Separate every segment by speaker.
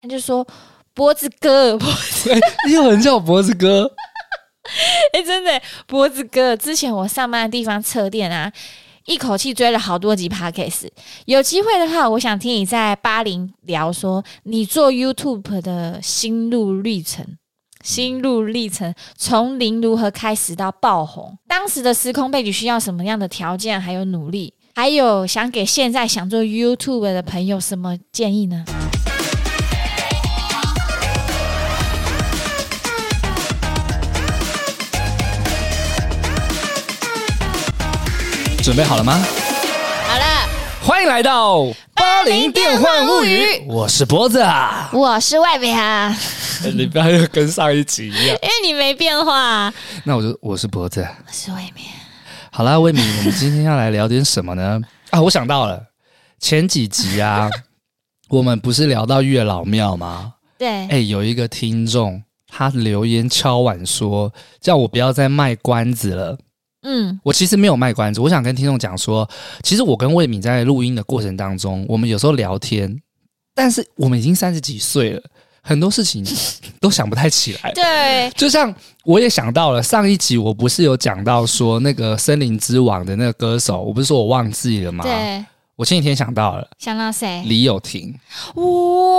Speaker 1: 他就说脖子哥， 脖子
Speaker 2: 哎、 也有人叫我脖子哥，
Speaker 1: 哎、真的脖子哥。之前我上班的地方车店啊，一口气追了好多集 podcast。有机会的话，我想听你在巴林聊说你做 YouTube 的心路历程。心路历程，从零如何开始到爆红，当时的时空背景需要什么样的条件，还有努力，还有想给现在想做 YouTube 的朋友什么建议呢？
Speaker 2: 准备好了吗？
Speaker 1: 好了。
Speaker 2: 欢迎来到
Speaker 1: 巴黎电幻物语，
Speaker 2: 我是脖子啊。
Speaker 1: 我是 外表，
Speaker 2: 你不要又跟上一集一样。
Speaker 1: 因为你没变化。啊
Speaker 2: 那我就我是脖子。
Speaker 1: 我是外面，
Speaker 2: 好啦，魏敏，我们今天要来聊点什么呢？啊，我想到了，前几集 啊，我们不是聊到月老庙吗？
Speaker 1: 对，
Speaker 2: 哎、有一个听众他留言敲碗说，叫我不要再卖关子了。
Speaker 1: 嗯，
Speaker 2: 我其实没有卖关子，我想跟听众讲说，其实我跟魏敏在录音的过程当中，我们有时候聊天，但是我们已经三十几岁了，很多事情 都想不太起来。
Speaker 1: 对，
Speaker 2: 就像我也想到了上一集，我不是有讲到说那个《森林之王》的那个歌手，我不是说我忘记了吗？
Speaker 1: 对，哎
Speaker 2: 我前几天想到了
Speaker 1: 想到谁？
Speaker 2: 李友廷，
Speaker 1: 哇，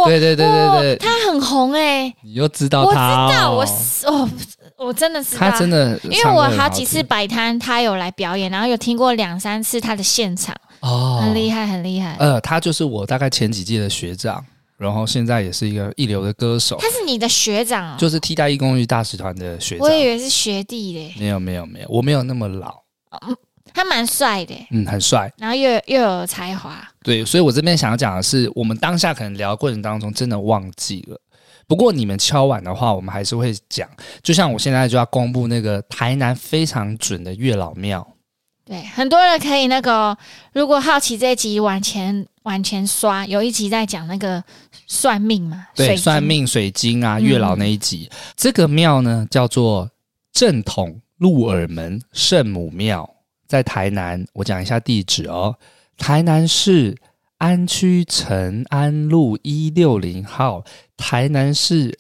Speaker 2: 对对对对对，
Speaker 1: 他很红哎，
Speaker 2: 你又知道
Speaker 1: 我知
Speaker 2: 他、哦，
Speaker 1: 道，我是哦，我真的知道，
Speaker 2: 他真。的唱歌很听，
Speaker 1: 因为我好几次摆摊，他有来表演，然后有听过两三次他的现场，
Speaker 2: 哦，
Speaker 1: 很厉害，很厉害。
Speaker 2: 呃，他就是我大概前几届的学长，然后现在也是一个一流的歌手，
Speaker 1: 他是你的学长哦，
Speaker 2: 就是替代一公寓大使团的学长
Speaker 1: 我。以为是学弟嘞，
Speaker 2: 没有没有没有，我没有那么老，
Speaker 1: 他蛮帅的，
Speaker 2: 嗯，很帅。
Speaker 1: 然后又有又有才华，
Speaker 2: 对，所以我这边想要讲的是，我们当下可能聊的过程当中真的忘记了。不过你们敲碗的话，我们还是会讲。就像我现在就要公布那个台南非常准的月老庙，
Speaker 1: 对，很多人可以那个哦，如果好奇这一集往前往前刷，有一集在讲那个算命嘛，水
Speaker 2: 对，
Speaker 1: 晶
Speaker 2: 算，命、水晶啊、
Speaker 1: 嗯
Speaker 2: 月老那一集，这个庙呢叫做正统鹿耳门圣母庙，在台南。我讲一下地址哦，台南市安区城安路一六零号，台南市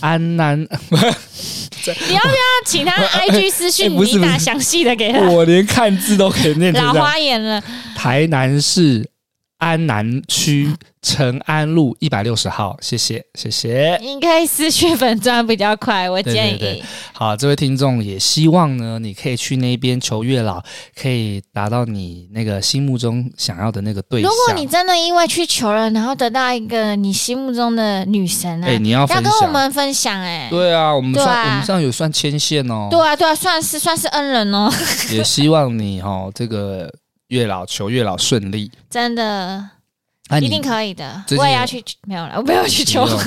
Speaker 2: 安南。
Speaker 1: 你要不要 请他 IG 私讯
Speaker 2: 哎
Speaker 1: 你，
Speaker 2: 不是
Speaker 1: 你打
Speaker 2: 不是
Speaker 1: 详细的给他？
Speaker 2: 我连看字都可以念成
Speaker 1: 啊老
Speaker 2: 这样。
Speaker 1: 花眼了，
Speaker 2: 台南市安南区城安路一百六十号，谢谢，谢谢。
Speaker 1: 你可以私讯粉钻比较快，我建议。
Speaker 2: 对对好，这位听众也希望呢，你可以去那边求月老，可以达到你那个心目中想要的那个对
Speaker 1: 如
Speaker 2: 象。
Speaker 1: 果你真的因为去求了，然后得到一个你心目中的女神啊，
Speaker 2: 哎、你要分
Speaker 1: 要
Speaker 2: 享，
Speaker 1: 跟我们分享哎、
Speaker 2: 对啊，我们
Speaker 1: 对
Speaker 2: 算、
Speaker 1: 啊
Speaker 2: 我们上有算牵线哦，
Speaker 1: 对啊，对啊，算是算是恩人哦，
Speaker 2: 也希望你哦，这个月老求月老顺利。
Speaker 1: 真的，
Speaker 2: 啊你
Speaker 1: 一定可以的。
Speaker 2: 最近
Speaker 1: 我也
Speaker 2: 有
Speaker 1: 要去，没有了，我不要去求
Speaker 2: 你。有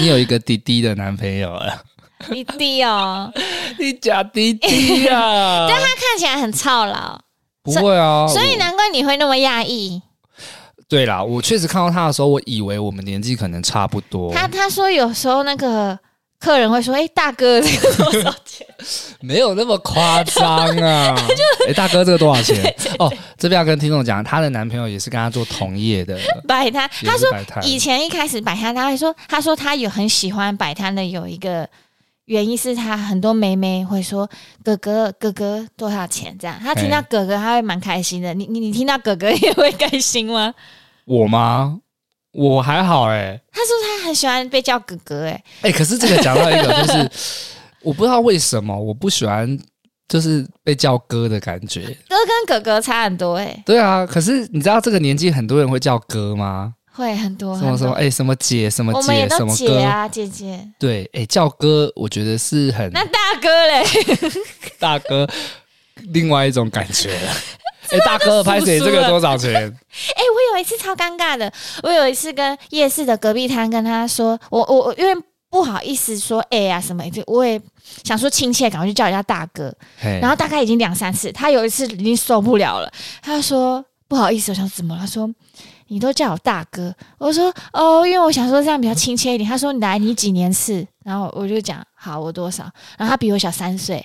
Speaker 2: 你有一个滴滴的男朋友 了，
Speaker 1: 你弟哦，
Speaker 2: 你假滴滴 啊？
Speaker 1: 看起来很操劳，
Speaker 2: 不会啊，
Speaker 1: 所以
Speaker 2: 我
Speaker 1: 难怪你会那么讶异。
Speaker 2: 对啦，我确实看到他的时候，我以为我们年纪可能差不多。
Speaker 1: 他他说有时候那个客人会说：“哎、大哥，这个多少钱
Speaker 2: 没有那么夸张 啊！哎、大哥，这个多少钱？哦，这边要跟听众讲，她的男朋友也是跟她做同业的，？”
Speaker 1: 摆摊，
Speaker 2: 也
Speaker 1: 他
Speaker 2: 是
Speaker 1: 说
Speaker 2: 摆摊。
Speaker 1: 以前一开始摆摊，他会说，他说他有很喜欢摆摊的有一个原因是他很多妹妹会说哥哥哥哥多少钱这样，他听到
Speaker 2: 嘿
Speaker 1: 哥哥他会蛮开心的。你你你听到哥哥也会开心吗？
Speaker 2: 我吗？我还好哎、
Speaker 1: 他说他很喜欢被叫哥哥、欸，
Speaker 2: 哎、可是这个讲到一个，就是 我不知道为什么我不喜欢，就是被叫哥的感觉。
Speaker 1: 哥跟哥哥差很多、欸，哎，
Speaker 2: 对啊，可是你知道这个年纪很多人会叫哥吗？
Speaker 1: 会很多
Speaker 2: 什么
Speaker 1: 很
Speaker 2: 什
Speaker 1: 多
Speaker 2: 么哎、什么姐什么
Speaker 1: 我们也
Speaker 2: 姐什
Speaker 1: 都
Speaker 2: 么
Speaker 1: 姐
Speaker 2: 哥？
Speaker 1: 啊，姐姐。
Speaker 2: 对，哎、叫哥我觉得是很
Speaker 1: 那大哥嘞？
Speaker 2: 大哥另外一种感 觉。哎、大哥，拍谁？
Speaker 1: 服
Speaker 2: 这
Speaker 1: 输了
Speaker 2: 个多少钱？
Speaker 1: 哎、我有一次超尴尬的，我有一次跟夜市的隔壁摊跟他说，我我我因为不好意思说哎呀、什么，就我也想说亲切，赶快去叫人家大哥。
Speaker 2: 嘿
Speaker 1: 然后大概已经两三次，他有一次已经受不了了，他就说不好意思，我想怎么了？他说。你都叫我大哥，我说哦，因为我想说这样比较亲切一点。他说来，你几年次？然后我就讲好，我多少？然后他比我小三岁，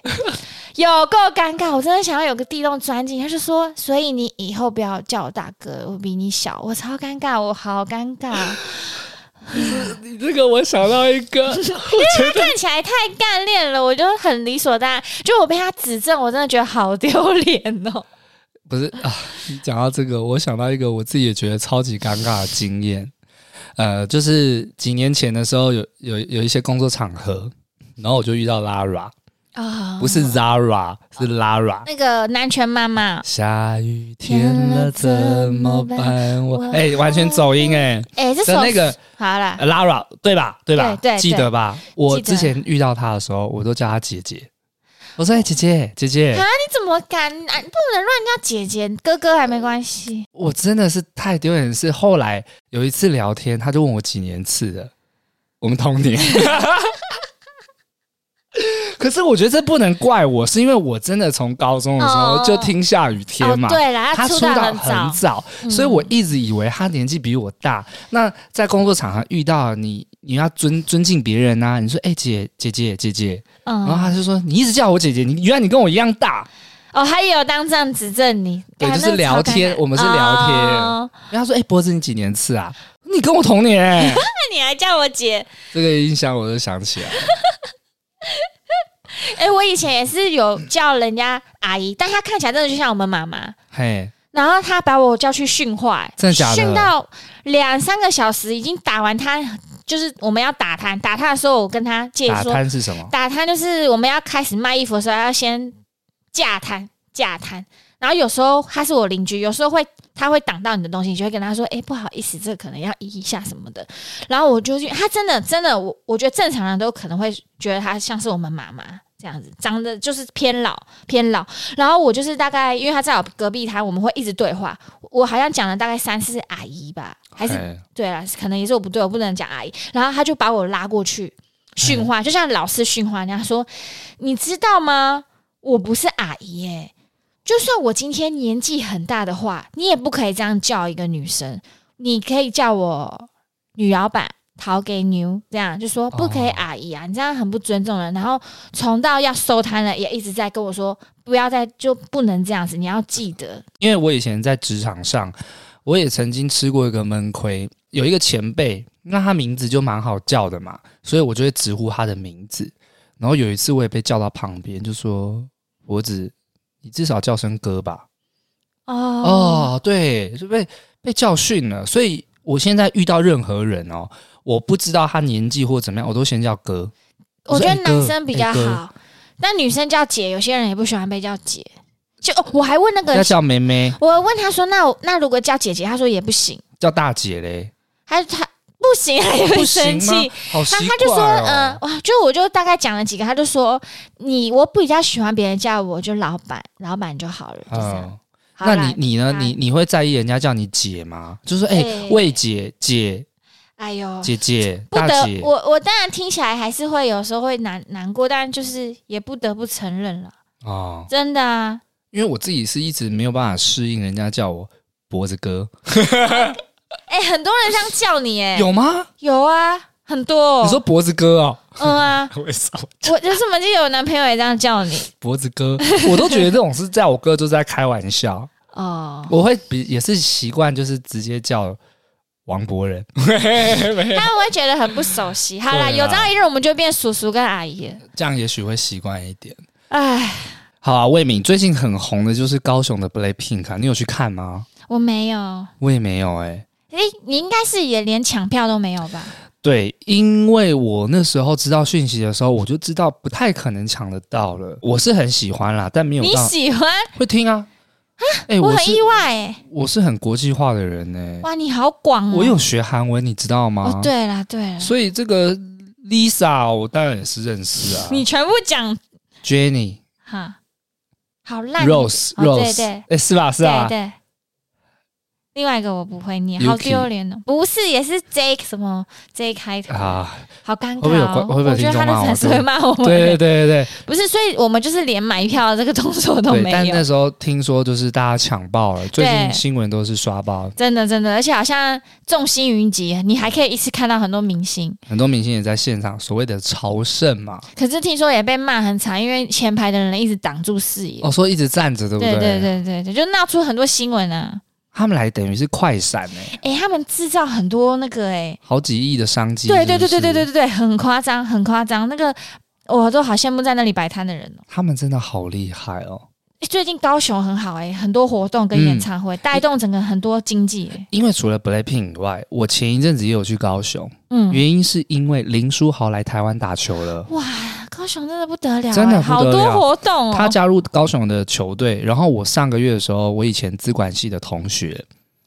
Speaker 1: 有够尴尬。我真的想要有个地洞钻进。他就说，所以你以后不要叫我大哥，我比你小。我超尴尬，我好尴尬。
Speaker 2: 你这个我想到一个， 我觉得
Speaker 1: 看起来太干练了，我就很理所当然。就我被他指正，我真的觉得好丢脸哦。
Speaker 2: 不是啊。你讲到这个，我想到一个我自己也觉得超级尴尬的经验。呃，就是几年前的时候有，有有一些工作场合，然后我就遇到 Lara，
Speaker 1: 啊、
Speaker 2: 不是 Zara，是 Lara。
Speaker 1: 那个南拳妈妈，
Speaker 2: 下雨天了怎么办？我
Speaker 1: 我
Speaker 2: 哎、完全走音哎、
Speaker 1: 哎、这首
Speaker 2: 的那个
Speaker 1: 好啦，
Speaker 2: 呃 Lara 对吧？对吧？
Speaker 1: 对对
Speaker 2: 记得吧？我
Speaker 1: 记得
Speaker 2: 之前遇到她的时候，我都叫她姐姐。我说：“哎、姐姐，姐姐
Speaker 1: 啊，你怎么敢？啊、不能乱叫姐姐，哥哥还没关系。
Speaker 2: 我真的是太丢脸。”是后来有一次聊天，她就问我几年次的，我们同 年。可是我觉得这不能怪我，是因为我真的从高中的时候
Speaker 1: 哦
Speaker 2: 就听下雨天
Speaker 1: 哦
Speaker 2: 嘛，，
Speaker 1: 对啦，
Speaker 2: 他
Speaker 1: 出
Speaker 2: 出
Speaker 1: 道
Speaker 2: 道
Speaker 1: 很
Speaker 2: 很
Speaker 1: 早，嗯
Speaker 2: 早，所以我一直以为他年纪比我大。那在工作场合遇到你，你要尊尊敬别人啊。你说：“哎、姐姐姐姐姐。”然后
Speaker 1: 嗯，
Speaker 2: 他就说：“你一直叫我姐姐，你原来你跟我一样大。
Speaker 1: 哦，还有当这样指正你，
Speaker 2: 对
Speaker 1: 哎
Speaker 2: 就是
Speaker 1: 那个
Speaker 2: 聊
Speaker 1: 超尴尬
Speaker 2: 天我们是聊天
Speaker 1: 哦”
Speaker 2: 然后他说：“哎、脖子你几年次啊？你跟我同 年、欸。
Speaker 1: 那你还叫我姐？”
Speaker 2: 这个印象我就想起来了。
Speaker 1: 哎、我以前也是有叫人家阿姨，但她看起来真的就像我们妈妈。
Speaker 2: 嘿，
Speaker 1: 然后她把我叫去训话、哎
Speaker 2: 真的假的
Speaker 1: 训到两三个小时，已经打完她，就是我们要打她，打她的时候，我跟她借
Speaker 2: 打
Speaker 1: 说，
Speaker 2: 摊是什么？
Speaker 1: 打摊就是我们要开始卖衣服的时候，要先架摊架摊。然后有时候他是我邻居，有时候会他会挡到你的东西，你就会跟他说：“哎、不好意思，这个可能要移一下什么的。”然后我就去，他真的真的，我我觉得正常人都可能会觉得他像是我们妈妈这样子，长得就是偏老偏老。然后我就是大概，因为他在我隔壁摊，我们会一直对话，我好像讲了大概三四阿姨吧，还是
Speaker 2: 嘿
Speaker 1: 对啦，可能也是我不对，我不能讲阿姨。然后他就把我拉过去训话，就像老师训话那样说：“你知道吗？我不是阿姨耶、就算我今天年纪很大的话，你也不可以这样叫一个女生。你可以叫我女老板、讨给牛，这样就说不可以
Speaker 2: 哦
Speaker 1: 阿姨啊，你这样很不尊重人。然后从到要收摊了，也一直在跟我说不要再就不能这样子，你要记得
Speaker 2: 因为我以前在职场上，我也曾经吃过一个闷亏。有一个前辈，那他名字就蛮好叫的嘛，所以我就会直呼他的名字。然后有一次我也被叫到旁边，就说：“脖子，你至少叫声哥吧。
Speaker 1: 哦
Speaker 2: 哦，对，就被被教训了。所以我现在遇到任何人哦，我不知道他年纪或怎么样，我都先叫哥。
Speaker 1: 我觉得男生比较
Speaker 2: 我说哎
Speaker 1: 好，那女生叫姐，有些人也不喜欢被叫姐。就、哦、我还问那
Speaker 2: 要
Speaker 1: 个，
Speaker 2: 叫妹妹，
Speaker 1: 我问他说，那我那如果叫姐姐，他说也不行，
Speaker 2: 叫大姐嘞，
Speaker 1: 他他不行，他也
Speaker 2: 不
Speaker 1: 会
Speaker 2: 行
Speaker 1: 生
Speaker 2: 吗
Speaker 1: 气。？
Speaker 2: 好奇
Speaker 1: 他
Speaker 2: 怪、哦、
Speaker 1: 他就说，嗯、哇，就我就大概讲了几个，他就说你我比较喜欢别人叫我就老板，老板就好了，就这样。
Speaker 2: 嗯
Speaker 1: 好
Speaker 2: 那
Speaker 1: 啦
Speaker 2: 你你呢？
Speaker 1: 来
Speaker 2: 你你会在意人家叫你姐吗？就说哎，
Speaker 1: 哎
Speaker 2: 魏姐姐
Speaker 1: 哎呦，
Speaker 2: 姐姐
Speaker 1: 不
Speaker 2: 大
Speaker 1: 得
Speaker 2: 姐，
Speaker 1: 我我当然听起来还是会有时候会难难过，但就是也不得不承认了，
Speaker 2: 哦，
Speaker 1: 真的啊。
Speaker 2: 因为我自己是一直没有办法适应人家叫我脖子哥，
Speaker 1: 哎、很多人这样叫你、哎，
Speaker 2: 有吗？
Speaker 1: 有啊，很多、哦。
Speaker 2: 你说脖子哥哦？
Speaker 1: 嗯啊，
Speaker 2: 为什么
Speaker 1: 我就是我记得有男朋友也这样叫你
Speaker 2: 脖子哥？我都觉得这种是在我哥就是在开玩笑，
Speaker 1: 哦。
Speaker 2: 我会比也是习惯就是直接叫王伯仁，
Speaker 1: 他会觉得很不熟悉。好啦，
Speaker 2: 对啊
Speaker 1: 有朝一日我们就变叔叔跟阿姨了。
Speaker 2: 这样也许会习惯一点。
Speaker 1: 唉，
Speaker 2: 好啊，魏敏最近很红的就是高雄的 BLACKPINK，、啊、你有去看吗？
Speaker 1: 我没有。
Speaker 2: 我也没有哎、
Speaker 1: 诶，你应该是也连抢票都没有吧？
Speaker 2: 对，因为我那时候知道讯息的时候，我就知道不太可能抢得到了。我是很喜欢啦，但没有
Speaker 1: 你
Speaker 2: 到
Speaker 1: 喜欢？
Speaker 2: 会听啊。哎、
Speaker 1: 我
Speaker 2: 我
Speaker 1: 很
Speaker 2: 是
Speaker 1: 意外哎、
Speaker 2: 我是很国际化的人呢、
Speaker 1: 哇，你好广哦。
Speaker 2: 我有啊学韩文，你知道吗？
Speaker 1: 哦，对啦对啦，
Speaker 2: 所以这个 Lisa 我当然也是认识啊。
Speaker 1: 你全部讲
Speaker 2: Jenny
Speaker 1: 哈，好烂。
Speaker 2: Rose
Speaker 1: 哦
Speaker 2: Rose，
Speaker 1: 对对
Speaker 2: 哎、是吧？是
Speaker 1: 对
Speaker 2: 吧？
Speaker 1: 对。另外一个我不会念，好
Speaker 2: Yuki
Speaker 1: 丢脸哦！不是，也是 Jake 什么 J 开头
Speaker 2: 啊，
Speaker 1: 好尴尬、哦，
Speaker 2: 会不会有观会不会有
Speaker 1: 我觉
Speaker 2: 听
Speaker 1: 得他
Speaker 2: 众
Speaker 1: 的
Speaker 2: 骂我
Speaker 1: 粉丝
Speaker 2: 对
Speaker 1: 会骂我们。
Speaker 2: 对对对对
Speaker 1: 不是，所以我们就是连买票这个动作都
Speaker 2: 对
Speaker 1: 没
Speaker 2: 对。但
Speaker 1: 有
Speaker 2: 那。时候听说就是大家抢爆了，最近
Speaker 1: 对
Speaker 2: 新闻都是刷爆，
Speaker 1: 真的真的，而且好像众星云集，你还可以一次看到很多明星。
Speaker 2: 很多明星也在现场，所谓的朝圣嘛。
Speaker 1: 可是听说也被骂很惨，因为前排的人一直挡住视野。
Speaker 2: 哦哦，说一直站着，对不
Speaker 1: 对对
Speaker 2: 对
Speaker 1: 对对对，就闹出很多新闻啊！
Speaker 2: 他们来等于是快闪哎、
Speaker 1: 哎、他们制造很多那个哎、
Speaker 2: 好几亿的商机。
Speaker 1: 对对对对
Speaker 2: 是不是
Speaker 1: 对对对对，很夸张，很夸张。那个我都好羡慕在那里摆摊的人哦。
Speaker 2: 他们真的好厉害哦！
Speaker 1: 诶最近高雄很好哎、很多活动
Speaker 2: 嗯
Speaker 1: 跟演唱会，带动整个很多经济、欸。
Speaker 2: 因为除了 BLACKPINK 以外，我前一阵子也有去高雄，
Speaker 1: 嗯，
Speaker 2: 原因是因为林书豪来台湾打球了。
Speaker 1: 哇，高雄真的不得了、欸，
Speaker 2: 真的不得了
Speaker 1: 好多活动哦。
Speaker 2: 他加入高雄的球队，然后我上个月的时候，我以前资管系的同学，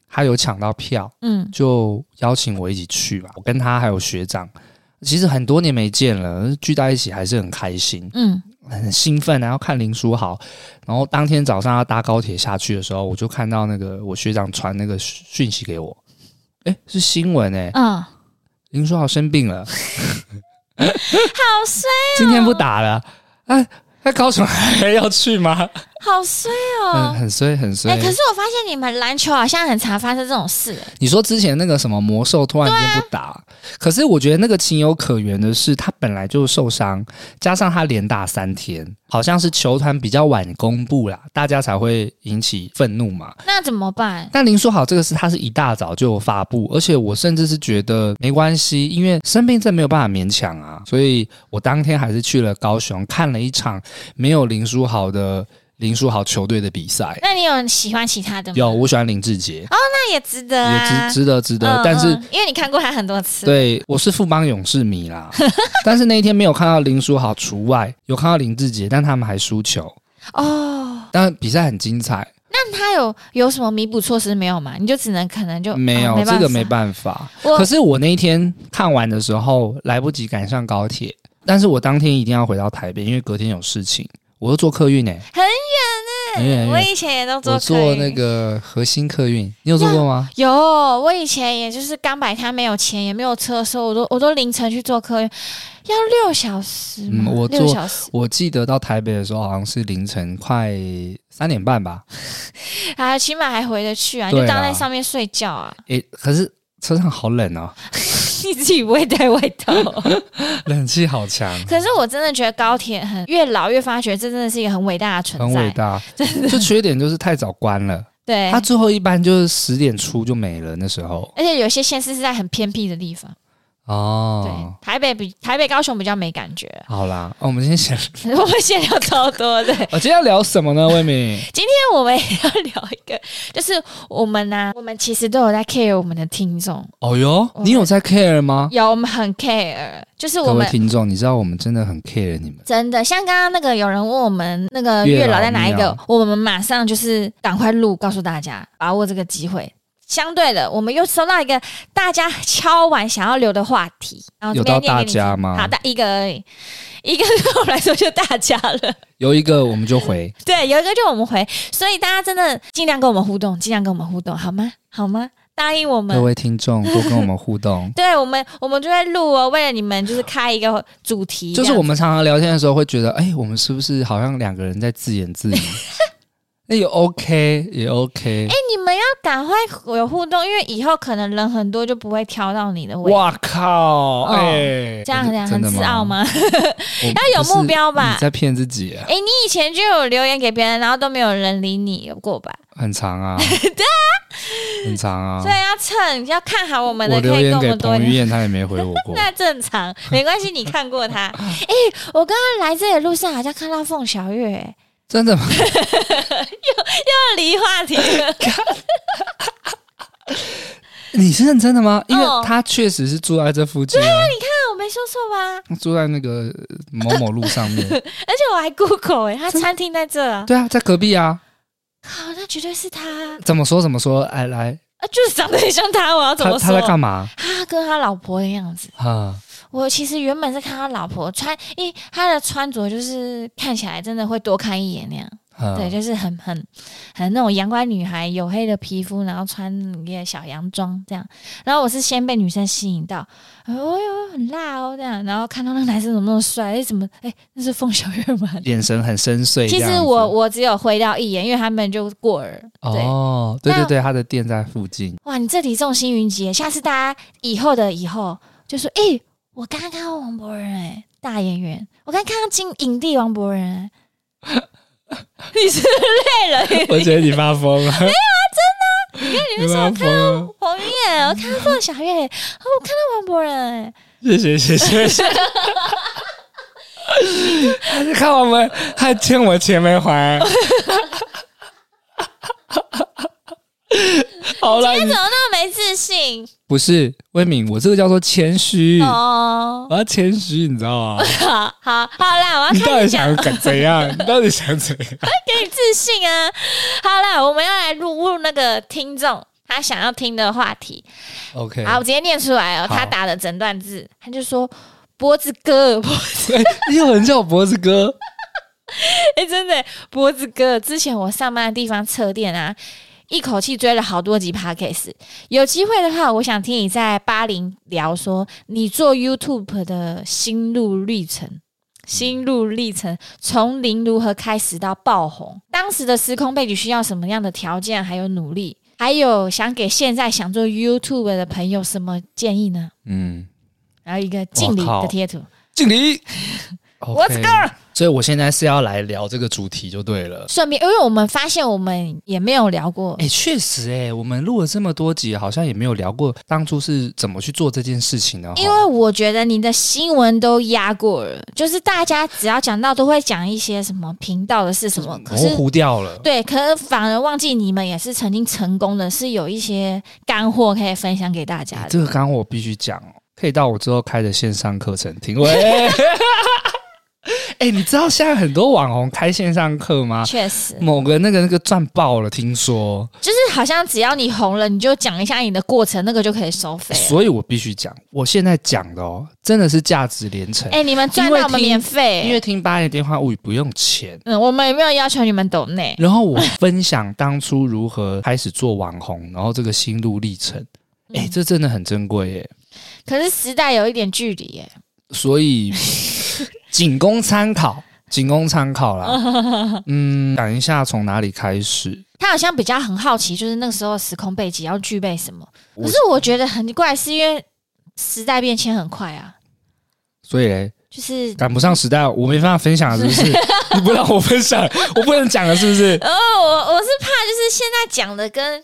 Speaker 2: 他有抢到票，
Speaker 1: 嗯，
Speaker 2: 就邀请我一起去嘛。我跟他还有学长，其实很多年没见了，聚在一起还是很开心，
Speaker 1: 嗯，
Speaker 2: 很兴奋。然后看林书豪，然后当天早上要搭高铁下去的时候，我就看到那个我学长传那个讯息给我，诶，是新闻诶，
Speaker 1: 嗯，
Speaker 2: 林书豪生病了，
Speaker 1: 好衰，哦
Speaker 2: 今天不打了。哎、那高雄还要去吗？
Speaker 1: 好衰
Speaker 2: 很
Speaker 1: 哦。
Speaker 2: 很衰，很衰。
Speaker 1: 哎、可是我发现你们篮球好像很常发生这种事、欸，
Speaker 2: 你说之前那个什么魔兽突然间不打，可是我觉得那个情有可原的是，他本来就受伤，加上他连打三天，好像是球团比较晚公布啦，大家才会引起愤怒嘛。
Speaker 1: 那怎么办？
Speaker 2: 但林书豪这个事，他是一大早就有发布，而且我甚至是觉得没关系，因为生病这没有办法勉强啊，所以我当天还是去了高雄看了一场没有林书豪的林书豪球队的比赛。
Speaker 1: 那你有喜欢其他的吗？
Speaker 2: 有，我喜欢林志杰，
Speaker 1: 那也值得啊，
Speaker 2: 也值值得值得，
Speaker 1: 嗯
Speaker 2: 但是
Speaker 1: 嗯因为你看过他很多次，
Speaker 2: 对，我是富邦勇士迷啦， 但是那一天没有看到林书豪除外，有看到林志杰，但他们还输球。
Speaker 1: 哦。
Speaker 2: 但比赛很精彩，
Speaker 1: 那他有有什么弥补措施没有吗？你就只能可能就
Speaker 2: 没有、
Speaker 1: 哦办
Speaker 2: 这
Speaker 1: 法
Speaker 2: 个没办法。
Speaker 1: 我
Speaker 2: 可是我那一天看完的时候，来不及赶上高铁，但是我当天一定要回到台北，因为隔天有事情，我又坐客运呢、
Speaker 1: 很
Speaker 2: 很
Speaker 1: 远
Speaker 2: 远很
Speaker 1: 呢。
Speaker 2: 远
Speaker 1: 我以前也都做
Speaker 2: 我坐那个核心客运，你有坐过吗？
Speaker 1: 有，我以前也就是刚摆摊没有钱也没有车的时候，我都我都凌晨去做客运，要六小时吗，
Speaker 2: 嗯我
Speaker 1: 六
Speaker 2: 坐
Speaker 1: 小时
Speaker 2: 我记得到台北的时候好像是凌晨快三点半吧，
Speaker 1: 啊，起码还回得去啊，你
Speaker 2: 对
Speaker 1: 就
Speaker 2: 啊
Speaker 1: 当在上面睡觉啊，
Speaker 2: 诶、可是车上好冷哦，
Speaker 1: 你自己不会带外 套。
Speaker 2: 冷气好强。
Speaker 1: 可是我真的觉得高铁很越老越发觉，这真的是一个很伟大的存
Speaker 2: 很
Speaker 1: 在，
Speaker 2: 伟 大，就缺点就是太早关了。啊
Speaker 1: 对
Speaker 2: 它。最后一班就是十点出就没了，那时候
Speaker 1: 而且有些县市是在很偏僻的地方，
Speaker 2: 哦。
Speaker 1: 对，台北比台北高雄比较没感觉，
Speaker 2: 好啦，哦、我们今天想，
Speaker 1: 我们闲聊超多的。
Speaker 2: 我、今天要聊什么呢？魏敏，
Speaker 1: 那我们也要聊一个，就是我们呢、我们其实都有在 care 我们的听众，
Speaker 2: 哦哟，
Speaker 1: 我
Speaker 2: 你有在 care 吗？
Speaker 1: 有我们很 care，就是我
Speaker 2: 各位
Speaker 1: 们
Speaker 2: 听众，你知道我们真的很 care 你们。
Speaker 1: 真的像刚刚那个有人问我们那个
Speaker 2: 月
Speaker 1: 月
Speaker 2: 老
Speaker 1: 老在哪一
Speaker 2: 庙
Speaker 1: 个，我们马上就是赶快录，告诉大家把握这个机会。相对的，我们又收到一个大家敲碗想要留的话题，然哦后这
Speaker 2: 有
Speaker 1: 边
Speaker 2: 到
Speaker 1: 念
Speaker 2: 大
Speaker 1: 给你听。
Speaker 2: 家吗
Speaker 1: 好，？大一个而已， 一个对我来说就大家了。
Speaker 2: 有一个我们就回，
Speaker 1: 对，有一个就我们回，所以大家真的尽量跟我们互动，尽量跟我们互动，好吗？好吗？答应我们。
Speaker 2: 各，位听众多跟我们互动
Speaker 1: 对我们，我们就会录哦，为了你们就是开 一个主题，
Speaker 2: 就是
Speaker 1: 这
Speaker 2: 我
Speaker 1: 样
Speaker 2: 们常常聊天的时候会觉得，哎、我们是不是好像两个人在自言自 语？那也 OK，也 OK。
Speaker 1: 哎你们要赶快有互动，因为以后可能人很多就不会挑到你的位置。
Speaker 2: 哇靠！
Speaker 1: 哦
Speaker 2: 哎、
Speaker 1: 这样很
Speaker 2: 真
Speaker 1: 很
Speaker 2: 的
Speaker 1: 自傲？吗？ 你
Speaker 2: 要
Speaker 1: 有目标吧
Speaker 2: 你在骗自己啊，
Speaker 1: 以前就有留言给别人，然后都没有人理你，有过吧？
Speaker 2: 很 长啊，很长啊
Speaker 1: 所。以要蹭，要看好我们的，
Speaker 2: 我留
Speaker 1: 可以跟
Speaker 2: 言
Speaker 1: 我
Speaker 2: 给
Speaker 1: 们多一
Speaker 2: 彭于
Speaker 1: 点。
Speaker 2: 晏，他也没回我过。
Speaker 1: 那正常，没关系，你看过他。 哎、我刚刚来这里的路上好像看到凤小岳、 哎
Speaker 2: 真的吗？
Speaker 1: 又离话 题了。
Speaker 2: 你是认真的吗？因为
Speaker 1: 哦
Speaker 2: 他确实是住在这附近啊，
Speaker 1: 我没说错吧？
Speaker 2: 住在那个呃某某路上 面。
Speaker 1: 而且我还 Google 哎、他餐厅在这啊，
Speaker 2: 对啊，在隔壁啊。
Speaker 1: 靠，那绝对是他啊，
Speaker 2: 怎么说怎么说？哎，来，
Speaker 1: 啊就是长得很像他，我要怎
Speaker 2: 他
Speaker 1: 么
Speaker 2: 他
Speaker 1: 说
Speaker 2: 在？干嘛
Speaker 1: 他跟他老婆的样子，
Speaker 2: 啊？
Speaker 1: 我其实原本是看他老婆穿，一他的穿着就是看起来真的会多看一眼那样，
Speaker 2: 啊
Speaker 1: 对，就是很很很那种阳光女孩，黝黑的皮肤，然后穿一个小洋装这样。然后我是先被女生吸引到，哎呦很辣哦这样，然后看到那个男生怎么那么帅，哎怎么哎那是凤小岳 吗？
Speaker 2: 眼神很深邃。
Speaker 1: 其
Speaker 2: 这样
Speaker 1: 实
Speaker 2: 子
Speaker 1: 我我只有回到一眼，因为他们就过耳。对，
Speaker 2: 哦，对对
Speaker 1: 那
Speaker 2: 对，他的店在附 近。
Speaker 1: 哇，你这里众星云集耶，下次大家以后的以后就说，哎、我刚刚看到王博仁、哎，大演员，我刚刚看到金影帝王博仁、哎 你是不是累了？
Speaker 2: 我觉得你发疯了。没有啊，真
Speaker 1: 哎你们说
Speaker 2: 有没有疯啊
Speaker 1: 彭于晏，我看到凤小岳，哦，我看到王柏人，哎
Speaker 2: 谢谢谢谢谢谢。他是看我们，还欠我钱 没还。好了，
Speaker 1: 你
Speaker 2: 你
Speaker 1: 怎么那么没自信？
Speaker 2: 不是魏敏，我这个叫做谦虚，
Speaker 1: 哦，
Speaker 2: 我要谦虚，你知道吗？
Speaker 1: 好好好啦，我要
Speaker 2: 你
Speaker 1: 开
Speaker 2: 到
Speaker 1: 始
Speaker 2: 底
Speaker 1: 讲
Speaker 2: 想怎样？你到底想怎样？
Speaker 1: 给你自信啊！好啦，我们要来录入那个听众他想要听的话题。
Speaker 2: OK，
Speaker 1: 好，我直接念出来哦。
Speaker 2: 好
Speaker 1: 他打了整段字，他就说：“脖子哥，脖子
Speaker 2: 哎也有人叫我脖子哥，
Speaker 1: 哎、真的脖子哥。之前我上班的地方车店啊，一口气追了好多集 podcast。有机会的话，我想听你在巴林聊说你做 YouTube 的心路历程。”心路历程，从零如何开始到爆红，当时的时空背景需要什么样的条件，还有努力，还有想给现在想做 YouTube 的朋友什么建议呢？
Speaker 2: 嗯，
Speaker 1: 然后一个敬礼
Speaker 2: 靠
Speaker 1: 的贴图，
Speaker 2: 敬礼。
Speaker 1: What's
Speaker 2: OK
Speaker 1: girl？
Speaker 2: 所以我现在是要来聊这个主题就对了。
Speaker 1: 顺便，因为我们发现我们也没有聊过
Speaker 2: 哎、确实、哎，我们录了这么多集，好像也没有聊过当初是怎么去做这件事情的。
Speaker 1: 因为我觉得你的新闻都压过了，就是大家只要讲到都会讲一些什么频道的事什么，可
Speaker 2: 模
Speaker 1: 是
Speaker 2: 糊掉了。
Speaker 1: 对，可是反而忘记你们也是曾经成功的，是有一些干货可以分享给大家
Speaker 2: 哎
Speaker 1: 的。
Speaker 2: 这个刚刚我必须讲哦，可以到我之后开的线上课程听。喂，哎、你知道现在很多网红开线上课吗？
Speaker 1: 确实，
Speaker 2: 某个那个那个赚爆了，听说，
Speaker 1: 就是好像只要你红了，你就讲一下你的过程，那个就可以收费了。
Speaker 2: 所以我必须讲，我现在讲的哦，真的是价值连城。
Speaker 1: 哎、你们赚
Speaker 2: 因为
Speaker 1: 到我们
Speaker 2: 听
Speaker 1: 免费、
Speaker 2: 因为听八零电话物语不用钱，
Speaker 1: 嗯，我们也没有要求你们懂内。
Speaker 2: 然后我分享当初如何开始做网红，然后这个心路历程，哎、
Speaker 1: 嗯
Speaker 2: 这真的很珍贵耶。
Speaker 1: 可是时代有一点距离耶，
Speaker 2: 所以仅供参考，仅供参考啦。嗯，讲一下从哪里开始。
Speaker 1: 他好像比较很好奇，就是那个时候时空背景要具备什么。
Speaker 2: 我
Speaker 1: 可是我觉得很怪，是因为时代变迁很快啊，
Speaker 2: 所以嘞，
Speaker 1: 就是
Speaker 2: 赶不上时代，我没办法分享，是不是？你不让我分享，我不能讲了，是不是？
Speaker 1: 哦，我我是怕就是现在讲的跟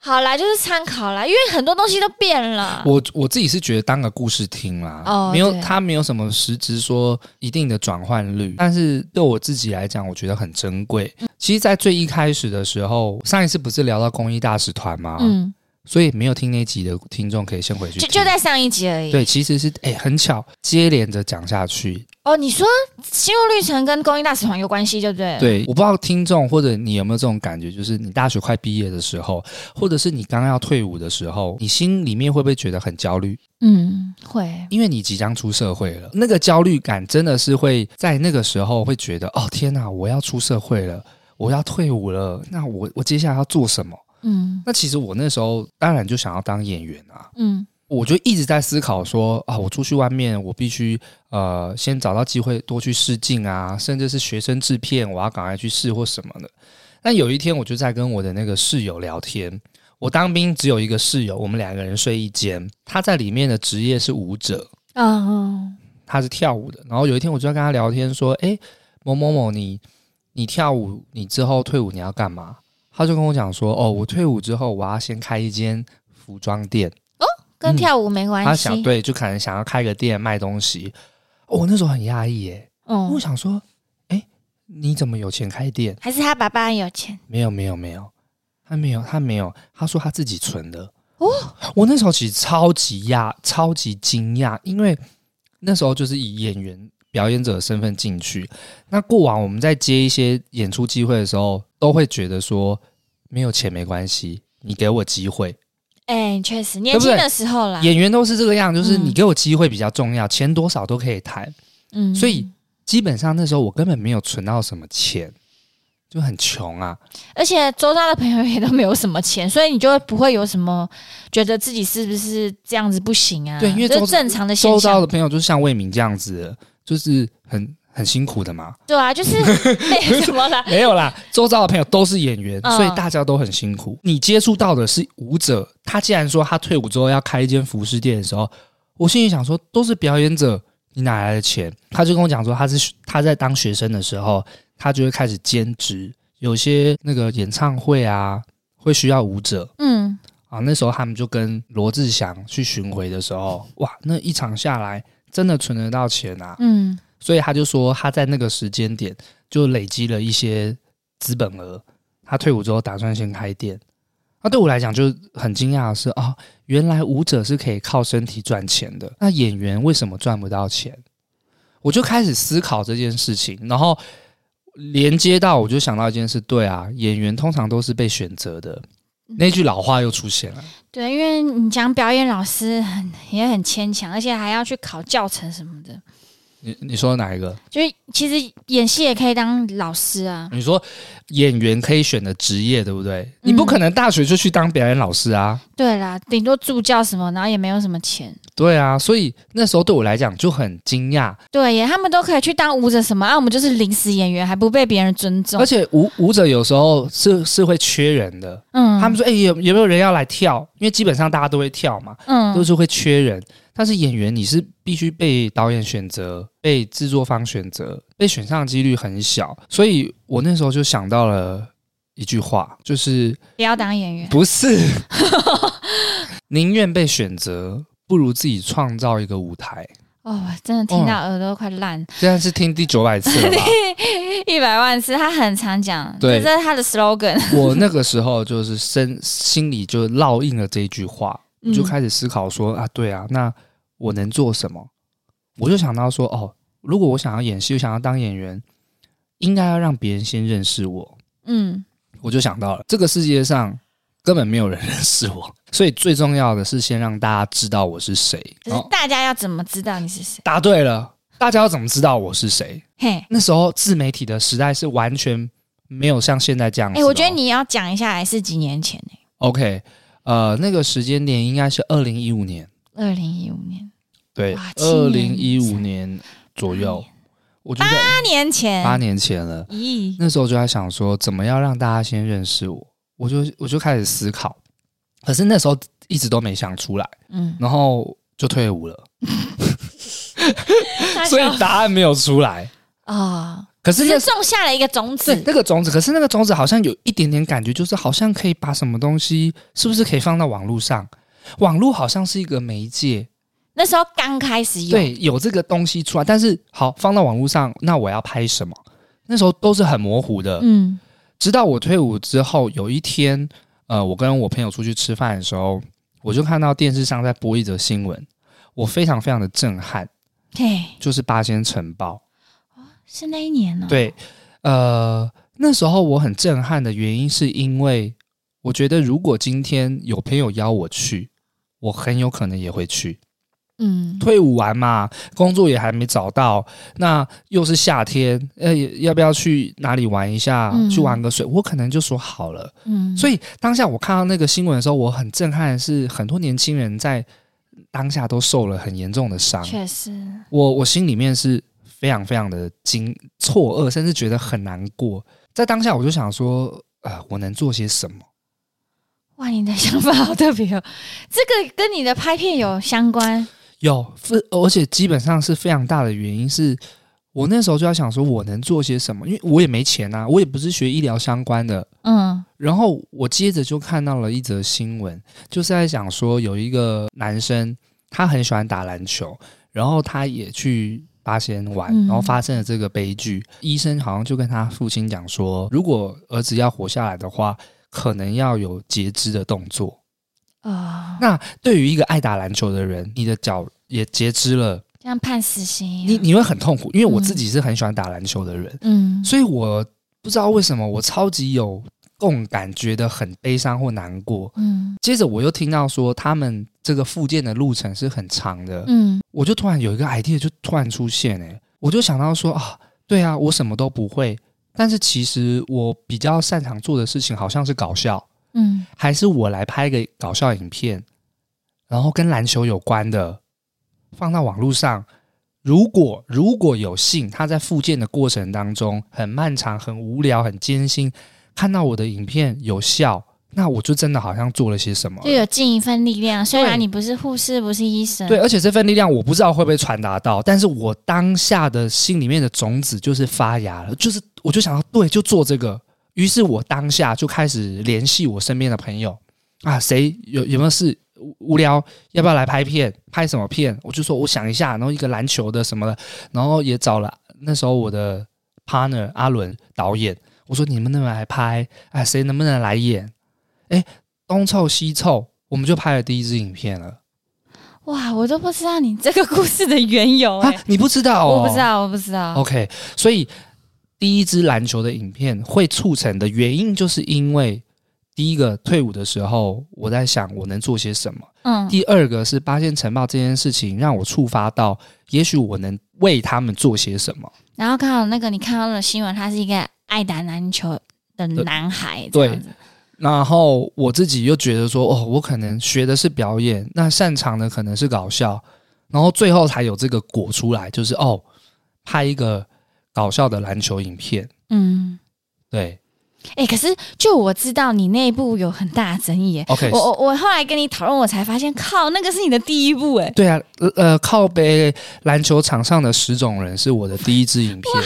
Speaker 1: 好啦，就是参考啦，因为很多东西都变了。
Speaker 2: 我我自己是觉得当个故事听啦，
Speaker 1: 啊哦
Speaker 2: 没有
Speaker 1: 对
Speaker 2: 它没有什么实质说一定的转换率，但是对我自己来讲，我觉得很珍贵。
Speaker 1: 嗯
Speaker 2: 其实，在最一开始的时候，上一次不是聊到公益大使团吗？
Speaker 1: 嗯，
Speaker 2: 所以没有听那集的听众可以先回去
Speaker 1: 就
Speaker 2: 听。
Speaker 1: 就在上一集而已。
Speaker 2: 对，其实是哎、很巧，接连着讲下去。
Speaker 1: 哦，你说心路历程跟公益大使团有关系，对不对？，
Speaker 2: 对，我不知道听众或者你有没有这种感觉，就是你大学快毕业的时候，或者是你刚要退伍的时候，你心里面会不会觉得很焦虑？
Speaker 1: 嗯，会。
Speaker 2: 因为你即将出社会了，那个焦虑感真的是会在那个时候会觉得，哦天哪，我要出社会了，我要退伍了，那我我接下来要做什么？
Speaker 1: 嗯
Speaker 2: 那其实我那时候当然就想要当演员啊，
Speaker 1: 嗯
Speaker 2: 我就一直在思考说啊，我出去外面，我必须呃先找到机会多去试镜啊，甚至是学生制片，我要赶快去试或什么的。那有一天，我就在跟我的那个室友聊天。我当兵只有一个室友，我们两个人睡一间。他在里面的职业是舞者，
Speaker 1: 啊、嗯
Speaker 2: 他是跳舞的。然后有一天，我就在跟他聊天说：“诶，某某某，你你跳舞，你之后退伍你要干嘛？”他就跟我讲说：“哦，我退伍之后，我要先开一间服装店。”
Speaker 1: 跟跳舞没关
Speaker 2: 嗯他
Speaker 1: 系。
Speaker 2: 想对，就可能想要开个店卖东西。哦我那时候很压抑耶，我
Speaker 1: 嗯，
Speaker 2: 想说，哎、你怎么有钱开店？
Speaker 1: 还是他爸爸很有钱
Speaker 2: 没有，没有，没有，他没有，他没有，他说他自己存的。
Speaker 1: 哦，
Speaker 2: 我那时候其实超级压，超级惊讶，因为那时候就是以演员、表演者的身份进去。那过往我们在接一些演出机会的时候，都会觉得说没有钱没关系，你给我机会。
Speaker 1: 哎，确实，年
Speaker 2: 对不
Speaker 1: 轻
Speaker 2: 对
Speaker 1: 的时候啦，
Speaker 2: 演员都是这个样，就是你
Speaker 1: 嗯
Speaker 2: 给我机会比较重要，钱多少都可以谈。
Speaker 1: 嗯，
Speaker 2: 所以基本上那时候我根本没有存到什么钱，就很穷啊。
Speaker 1: 而且周遭的朋友也都没有什么钱，所以你就会不会有什么觉得自己是不是这样子不行啊？
Speaker 2: 对因为
Speaker 1: 这
Speaker 2: 周
Speaker 1: 是正常的
Speaker 2: 周
Speaker 1: 现
Speaker 2: 遭
Speaker 1: 象，
Speaker 2: 的朋友就是像魏明这样子，就是很很辛苦的 嘛。
Speaker 1: 对啊，就是 没什么啦。
Speaker 2: 没有啦，周遭的朋友都是演员，
Speaker 1: 嗯
Speaker 2: 所以大家都很辛苦。你接触到的是舞者，他既然说他退伍之后要开一间服饰店的时候，我心里想说，都是表演者，你哪来的钱？他就跟我讲说，他是他在当学生的时候，他就会开始兼职，有些那个演唱会啊，会需要舞者
Speaker 1: 嗯，
Speaker 2: 啊。那时候他们就跟罗志祥去巡回的时候，哇，那一场下来真的存得到钱啊。
Speaker 1: 嗯，
Speaker 2: 所以他就说他在那个时间点就累积了一些资本额，他退伍之后打算先开店。那对我来讲就很惊讶的是啊、原来舞者是可以靠身体赚钱的，那演员为什么赚不到钱？我就开始思考这件事情，然后连接到我就想到一件事，对啊，演员通常都是被选择的。那句老话又出现了，
Speaker 1: 对，因为你讲表演老师很也很牵强，而且还要去考教程什么的。
Speaker 2: 你你说哪一个？
Speaker 1: 就是其实演戏也可以当老师啊，
Speaker 2: 你说演员可以选的职业，对不对？你不可能大学就去当表演老师啊。
Speaker 1: 对啦，顶多助教什么，然后也没有什么钱。
Speaker 2: 对啊，所以那时候对我来讲就很惊讶，
Speaker 1: 对耶，他们都可以去当舞者什么，啊，我们就是临时演员，还不被别人尊重
Speaker 2: 而。且舞舞者有时候是是会缺人的。
Speaker 1: 嗯，
Speaker 2: 他们说：“哎、有有没有人要来跳？”因为基本上大家都会跳嘛，
Speaker 1: 嗯
Speaker 2: 都是会缺人。但是演员你是必须被导演选择、被制作方选择，被选上的几率很小。所以我那时候就想到了一句话，就是
Speaker 1: 不要当演员。
Speaker 2: 不 是宁愿被选择，不如自己创造一个舞台。
Speaker 1: 哦，我真的听到
Speaker 2: 嗯
Speaker 1: 耳朵快烂，
Speaker 2: 现在是听第九百次了吧？
Speaker 1: 一百、万次，他很常讲，
Speaker 2: 对
Speaker 1: 这是他的 slogan。
Speaker 2: 我那个时候就是身心里就烙印了这一句话，
Speaker 1: 嗯
Speaker 2: 我就开始思考说、啊，对啊，那我能做什么？我就想到说，哦，如果我想要演戏，我想要当演员，应该要让别人先认识我。
Speaker 1: 嗯
Speaker 2: 我就想到了，这个世界上根本没有人认识我， 所以最重要的是先让大家知道我是谁。
Speaker 1: 嗯，可
Speaker 2: 然后
Speaker 1: 是大家要怎么知道你是谁？
Speaker 2: 答对了，大家要怎么知道我是谁？
Speaker 1: 嘿，
Speaker 2: 那时候自媒体的时代是完全没有像现在这样子
Speaker 1: 哎、
Speaker 2: 的哦、
Speaker 1: 我觉得你要讲一下，还是几年前呢、
Speaker 2: OK，呃，那个时间点应该是二零一五年，
Speaker 1: 2二零一五年，
Speaker 2: 对
Speaker 1: 哇，七
Speaker 2: 二零一
Speaker 1: 年
Speaker 2: 五年左右，我觉得
Speaker 1: 八年前，
Speaker 2: 八年前了。
Speaker 1: 咦，
Speaker 2: 那时候就在想说，怎么样让大家先认识我？我就我就开始思考，可是那时候一直都没想出来，
Speaker 1: 嗯，
Speaker 2: 然后就退伍了，所以答案没有出来。
Speaker 1: 啊、哦，
Speaker 2: 可是
Speaker 1: 只
Speaker 2: 那
Speaker 1: 哎是种下了一个种
Speaker 2: 对
Speaker 1: 子，
Speaker 2: 那个种子，可是那个种子好像有一点点感觉，就是好像可以把什么东西，是不是可以放到网络上？网络好像是一个媒介，
Speaker 1: 那时候刚开始有，
Speaker 2: 对，有这个东西出来，但是好放到网络上，那我要拍什么？那时候都是很模糊的。
Speaker 1: 嗯
Speaker 2: 直到我退伍之后，有一天，呃，我跟我朋友出去吃饭的时候，我就看到电视上在播一则新闻，我非常非常的震撼，
Speaker 1: 嘿，
Speaker 2: 就是八仙城堡。
Speaker 1: 是那一年哦呢、，
Speaker 2: 对，呃，那时候我很震撼的原因是因为我觉得，如果今天有朋友邀我去，我很有可能也会去。
Speaker 1: 嗯，
Speaker 2: 退伍完嘛，工作也还没找到，那又是夏天，呃，要不要去哪里玩一下？
Speaker 1: 嗯
Speaker 2: 去玩个水？我可能就说好了。
Speaker 1: 嗯，
Speaker 2: 所
Speaker 1: 以
Speaker 2: 以当下我看到那个新闻的时候，我很震撼，是很多年轻人在当下都受了很严重的伤。
Speaker 1: 确实，
Speaker 2: 我我心里面是非常非常的惊错愕，甚至觉得很难过。在当下我就想说，呃，我能做些什么？
Speaker 1: 哇，你的想法好特别哦，这个跟你的拍片有相关，
Speaker 2: 有，非而且基本上是非常大的原因是，我那时候就在想说，我能做些什么？因为我也没钱啊，我也不是学医疗相关的。
Speaker 1: 嗯
Speaker 2: 然后我接着就看到了一则新闻，就是在讲说有一个男生，他很喜欢打篮球，然后他也去八仙玩，
Speaker 1: 嗯
Speaker 2: 然后发生了这个悲剧。医生好像就跟他父亲讲说，如果儿子要活下来的话，可能要有截肢的动作。
Speaker 1: 啊、
Speaker 2: 那对于一个爱打篮球的人，你的脚也截肢了，
Speaker 1: 这样判死刑一样，
Speaker 2: 你你会很痛苦，因为我
Speaker 1: 嗯
Speaker 2: 自己是很喜欢打篮球的人，
Speaker 1: 嗯，
Speaker 2: 所以我不知道为什么我超级有共感，觉得很悲伤或难过。
Speaker 1: 嗯
Speaker 2: 接着我又听到说他们这个复健的路程是很长的，
Speaker 1: 嗯
Speaker 2: 我就突然有一个 idea 就突然出现、欸，我就想到说啊，对啊，我什么都不会，但是其实我比较擅长做的事情好像是搞笑。
Speaker 1: 嗯，
Speaker 2: 还是我来拍个搞笑影片，然后跟篮球有关的，放到网络上。如果如果有幸，他在复健的过程当中很漫长、很无聊、很艰辛，看到我的影片有效，那我就真的好像做了些什么了。
Speaker 1: 就有尽一份力量，虽
Speaker 2: 对
Speaker 1: 然你不是护士，不是医生，
Speaker 2: 对，而且这份力量我不知道会不会传达到，但是我当下的心里面的种子就是发芽了，就是我就想要对，就做这个，于是我当下就开始联系我身边的朋友啊，谁有有没有事无无聊，要不要来拍片？拍什么片？我就说我想一下，然后一个篮球的什么的，然后也找了那时候我的 partner 阿伦导演，我说你们能不能来拍？啊，谁能不能来演？哎，东凑西凑，我们就拍了第一支影片了。
Speaker 1: 哇，我都不知道你这个故事的缘由、
Speaker 2: 啊
Speaker 1: 欸，
Speaker 2: 你不知道哦？
Speaker 1: 我不知。道，我不知道。
Speaker 2: OK，所以第一支篮球的影片会促成的原因，就是因为第一个退伍的时候，我在想我能做些什么；
Speaker 1: 嗯，
Speaker 2: 第二个是八仙城堡这件事情让我触发到，也许我能为他们做些什么。
Speaker 1: 然后刚好那个你看到的新闻，他是一个爱打篮球的男孩，
Speaker 2: 对
Speaker 1: 这样子
Speaker 2: 然后我自己又觉得说，哦，我可能学的是表演，那擅长的可能是搞笑，然后最后才有这个果出来，就是哦，拍一个搞笑的篮球影片。
Speaker 1: 嗯，
Speaker 2: 对
Speaker 1: 哎、可是就我知道你那一部有很大的争议、欸，
Speaker 2: ，OK，
Speaker 1: 我我我后来跟你讨论，我才发现，靠，那个是你的第一部、欸，哎，
Speaker 2: 对啊，呃呃，靠背篮球场上的十种人是我的第一支影片，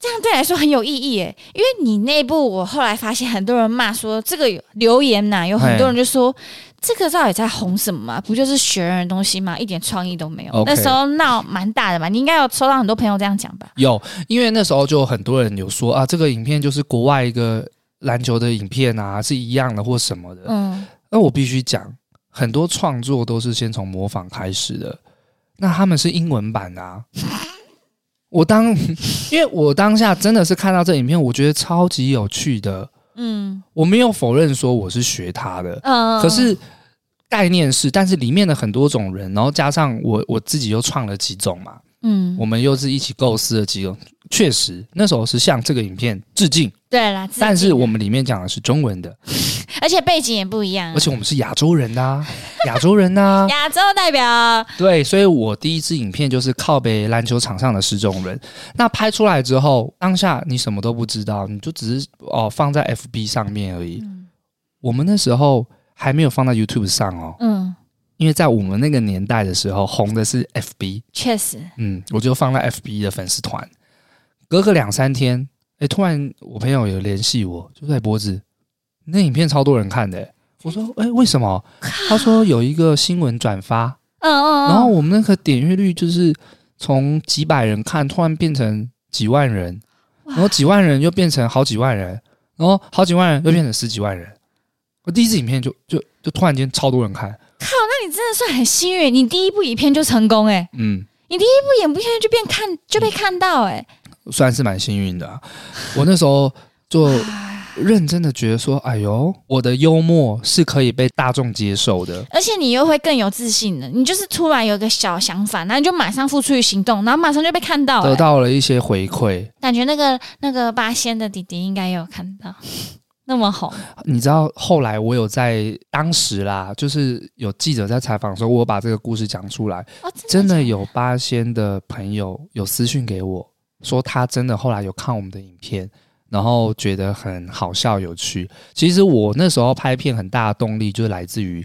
Speaker 1: 这样对来说很有意义、欸，哎，因为你那部，我后来发现很多人骂说这个有留言呐、有很多人就说这个到底在红什么嘛？不就是学人的东西吗？一点创意都没有。
Speaker 2: OK
Speaker 1: 那时候闹蛮大的嘛，你应该有收到很多朋友这样讲吧？
Speaker 2: 有，因为那时候就有很多人有说啊，这个影片就是国外一个篮球的影片啊，是一样的或什么的。
Speaker 1: 嗯，
Speaker 2: 那我必须讲，很多创作都是先从模仿开始的，那他们是英文版的啊。我当，因为我当下真的是看到这影片，我觉得超级有趣的。
Speaker 1: 嗯
Speaker 2: 我没有否认说我是学他的，
Speaker 1: 嗯，
Speaker 2: 可是概念是，但是里面的很多种人，然后加上我我自己又创了几种嘛，
Speaker 1: 嗯
Speaker 2: 我，们又是一起构思了几种，确实那时候是向这个影片致敬，
Speaker 1: 对啦，
Speaker 2: 但
Speaker 1: 致
Speaker 2: 是
Speaker 1: 敬
Speaker 2: 我们里面讲的是中文的，
Speaker 1: 而且背景也不一样啊
Speaker 2: 而，且我们是亚洲人呐、 亚洲人呐、
Speaker 1: 亚洲代表，
Speaker 2: 对，所以我第一支影片就是靠北篮球场上的十种人。那拍出来之后，当下你什么都不知道，你就只是哦放在 FB 上面而已。
Speaker 1: 嗯
Speaker 2: 我们那时候还没有放到 YouTube 上哦，
Speaker 1: 嗯，
Speaker 2: 因为在我们那个年代的时候，红的是 FB，
Speaker 1: 确实，
Speaker 2: 嗯，我就放在 FB 的粉丝团。隔个两三天，哎、突然我朋友有联系我，就在脖子，你那影片超多人看的、诶我说，哎、为什么？他说有一个新闻转发，
Speaker 1: 嗯嗯，
Speaker 2: 然后
Speaker 1: 嗯
Speaker 2: 我们那个点阅率就是从几百人看，突然变成几万人，
Speaker 1: 哇
Speaker 2: 然后几万人又变成好几万人，然后好几万人又变成十几万人。我第一支影片就就就突然间超多人看，
Speaker 1: 那你真的算很幸运，你第一部影片就成功、欸，哎，
Speaker 2: 嗯，
Speaker 1: 第一部影片就变看就被看到、欸，
Speaker 2: 算是蛮幸运的啊、我那时候就认真的觉得说，哎呦，我的幽默是可以被大众接受的。
Speaker 1: 而且你又会更有自信了。你就是突然有一个小想法，然后你就马上付出于行动，然后马上就被看到、
Speaker 2: 得
Speaker 1: 欸，
Speaker 2: 到了一些回馈，
Speaker 1: 感觉那个那个八仙的弟弟应该也有看到，那么红，
Speaker 2: 你知道后来我有在当时啦，就是有记者在采访的时候，我有把这个故事讲出来，
Speaker 1: 哦，
Speaker 2: 真
Speaker 1: 的
Speaker 2: 的
Speaker 1: 假
Speaker 2: 有八仙的朋友有私讯给我说，他真的后来有看我们的影片，然后觉得很好笑有趣。其实我那时候拍片很大的动力就是来自于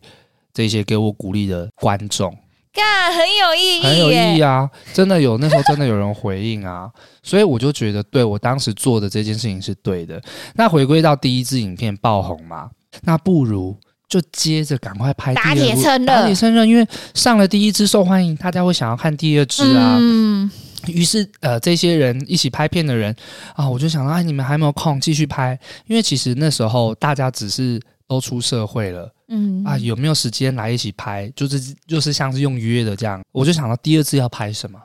Speaker 2: 这些给我鼓励的观众，
Speaker 1: 干很有意义、欸，
Speaker 2: 很有意义啊！真的有那时候真的有人回应啊， 所以我就觉得对我当时做的这件事情是对的。那回归到第一支影片爆红嘛，那不如。就接着赶快拍第
Speaker 1: 打
Speaker 2: 二
Speaker 1: 铁
Speaker 2: 部
Speaker 1: 趁
Speaker 2: 打铁
Speaker 1: 热，
Speaker 2: 趁热，因为上了第一支受欢迎，大家会想要看第二支啊。
Speaker 1: 嗯，
Speaker 2: 于是呃，这些人一起拍片的人啊，我就想到，哎，你们还没有空继续拍，因为其实那时候大家只是都出社会了
Speaker 1: 嗯
Speaker 2: 啊，有没有时间来一起拍？就是就是像是用约的这样，我就想到第二次要拍什么，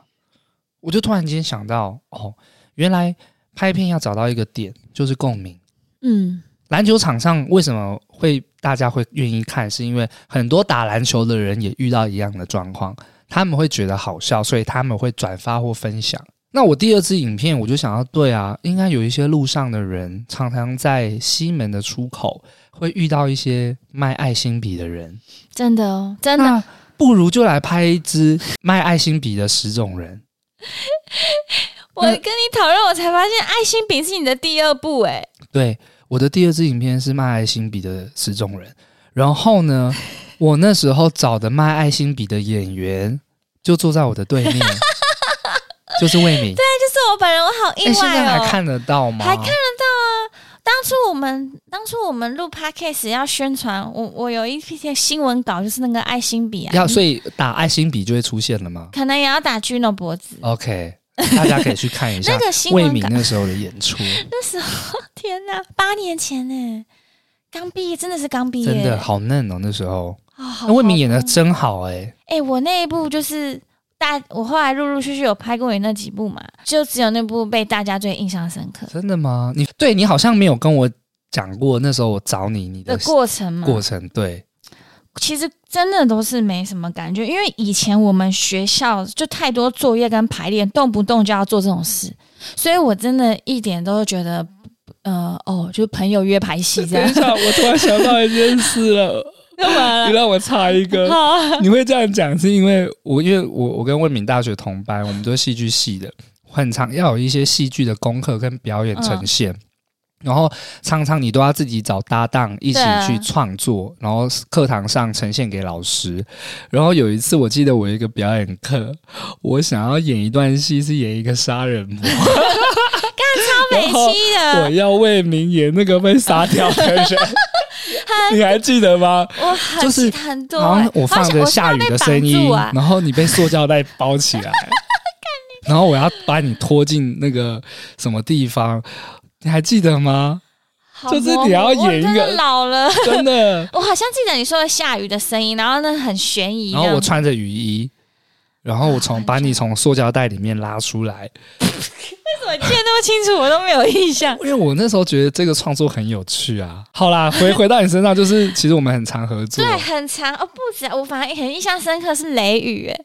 Speaker 2: 我就突然间想到，哦，原来拍片要找到一个点，就是共鸣。
Speaker 1: 嗯，
Speaker 2: 篮球场上为什么会大家会愿意看？是因为很多打篮球的人也遇到一样的状况，他们会觉得好笑，所以他们会转发或分享。那我第二支影片，我就想要，对啊，应该有一些路上的人，常常在西门的出口会遇到一些卖爱心笔的人，
Speaker 1: 真的哦，真的，
Speaker 2: 那不如就来拍一支卖爱心笔的十种人。
Speaker 1: 我跟你讨论，我才发现爱心饼是你的第二部、欸，
Speaker 2: 对，我的第二支影片是卖爱心笔的十种人。然后呢，我那时候找的卖爱心笔的演员就坐在我的对 面，就是魏敏。
Speaker 1: 但就是我本人，我好意
Speaker 2: 哎，现
Speaker 1: 外
Speaker 2: 在
Speaker 1: 哦，
Speaker 2: 还看得到吗？
Speaker 1: 还看得到啊！初我们当初我们录 podcast 要宣传，我我有一篇新闻稿，就是那个爱心笔啊，
Speaker 2: 要所
Speaker 1: 以
Speaker 2: 以打爱心笔就会出现了吗
Speaker 1: 可能也要打 Gino 脖子。
Speaker 2: ？OK，大家可以去看一
Speaker 1: 嗯
Speaker 2: 下
Speaker 1: 那个新
Speaker 2: 魏
Speaker 1: 闻
Speaker 2: 敏
Speaker 1: 稿
Speaker 2: 那时候的演出，
Speaker 1: 那时候，天哪，八年前呢，刚毕业，真的是刚毕业，
Speaker 2: 真的好嫩哦，那时候
Speaker 1: 啊、好
Speaker 2: 那魏敏
Speaker 1: 好
Speaker 2: 演的真好哎、
Speaker 1: 哎、我那一部就是大，我后来陆陆续续有拍过你那几部嘛，就只有那部被大家最印象深刻
Speaker 2: 真的吗？你对你好像没有跟我讲过，那时候我找你，你
Speaker 1: 的
Speaker 2: 的
Speaker 1: 过程嘛。
Speaker 2: 过程对，，
Speaker 1: 其实真的都是没什么感觉，因为以前我们学校就太多作业跟排练，动不动就要做这种事，所以我真的一点都觉得，呃，哦，就是朋友约排戏这样
Speaker 2: 下，我突然想到一件事了，
Speaker 1: 干嘛
Speaker 2: 你
Speaker 1: 了？
Speaker 2: 让我插一个
Speaker 1: 好啊，
Speaker 2: 你会这样讲，是因为我因为我我跟魏敏大学同班，我们都是戏剧系的，很常要有一些戏剧的功课跟表
Speaker 1: 嗯
Speaker 2: 演呈现。然后常常你都要自己找搭档一起
Speaker 1: 对啊
Speaker 2: 去创作，然后课堂上呈现给老师。然后有一次，我记得我有一个表演课，我想要演一段戏，是演一个杀人魔，
Speaker 1: 美期
Speaker 2: 我
Speaker 1: 的，
Speaker 2: 要魏敏演那个被杀掉 的人，你还记得吗？
Speaker 1: 我很
Speaker 2: 就是
Speaker 1: 很多、
Speaker 2: 然后我放着
Speaker 1: 我
Speaker 2: 下雨的声
Speaker 1: 我是要被绑
Speaker 2: 音，
Speaker 1: 住啊
Speaker 2: 然后你被塑胶袋包起 来，然后我要把你拖进那个什么地方，你还记得吗？
Speaker 1: 好
Speaker 2: 就是
Speaker 1: 模糊
Speaker 2: 你要
Speaker 1: 我
Speaker 2: 演一
Speaker 1: 真
Speaker 2: 个
Speaker 1: 的老了。
Speaker 2: 真的。
Speaker 1: 我好像记得你说的下雨的声音，然后那很悬疑。
Speaker 2: 然后我，穿着雨衣，然后我从把你从塑胶袋里面拉出来，
Speaker 1: 我记得那么清楚，我都没有印象。
Speaker 2: 因为我那时候觉得这个创作很有趣啊。好啦， 回回到你身上，就是其实我们很常合作。
Speaker 1: 对，很长哦，不止，我反而很印象深刻是雷雨，哎，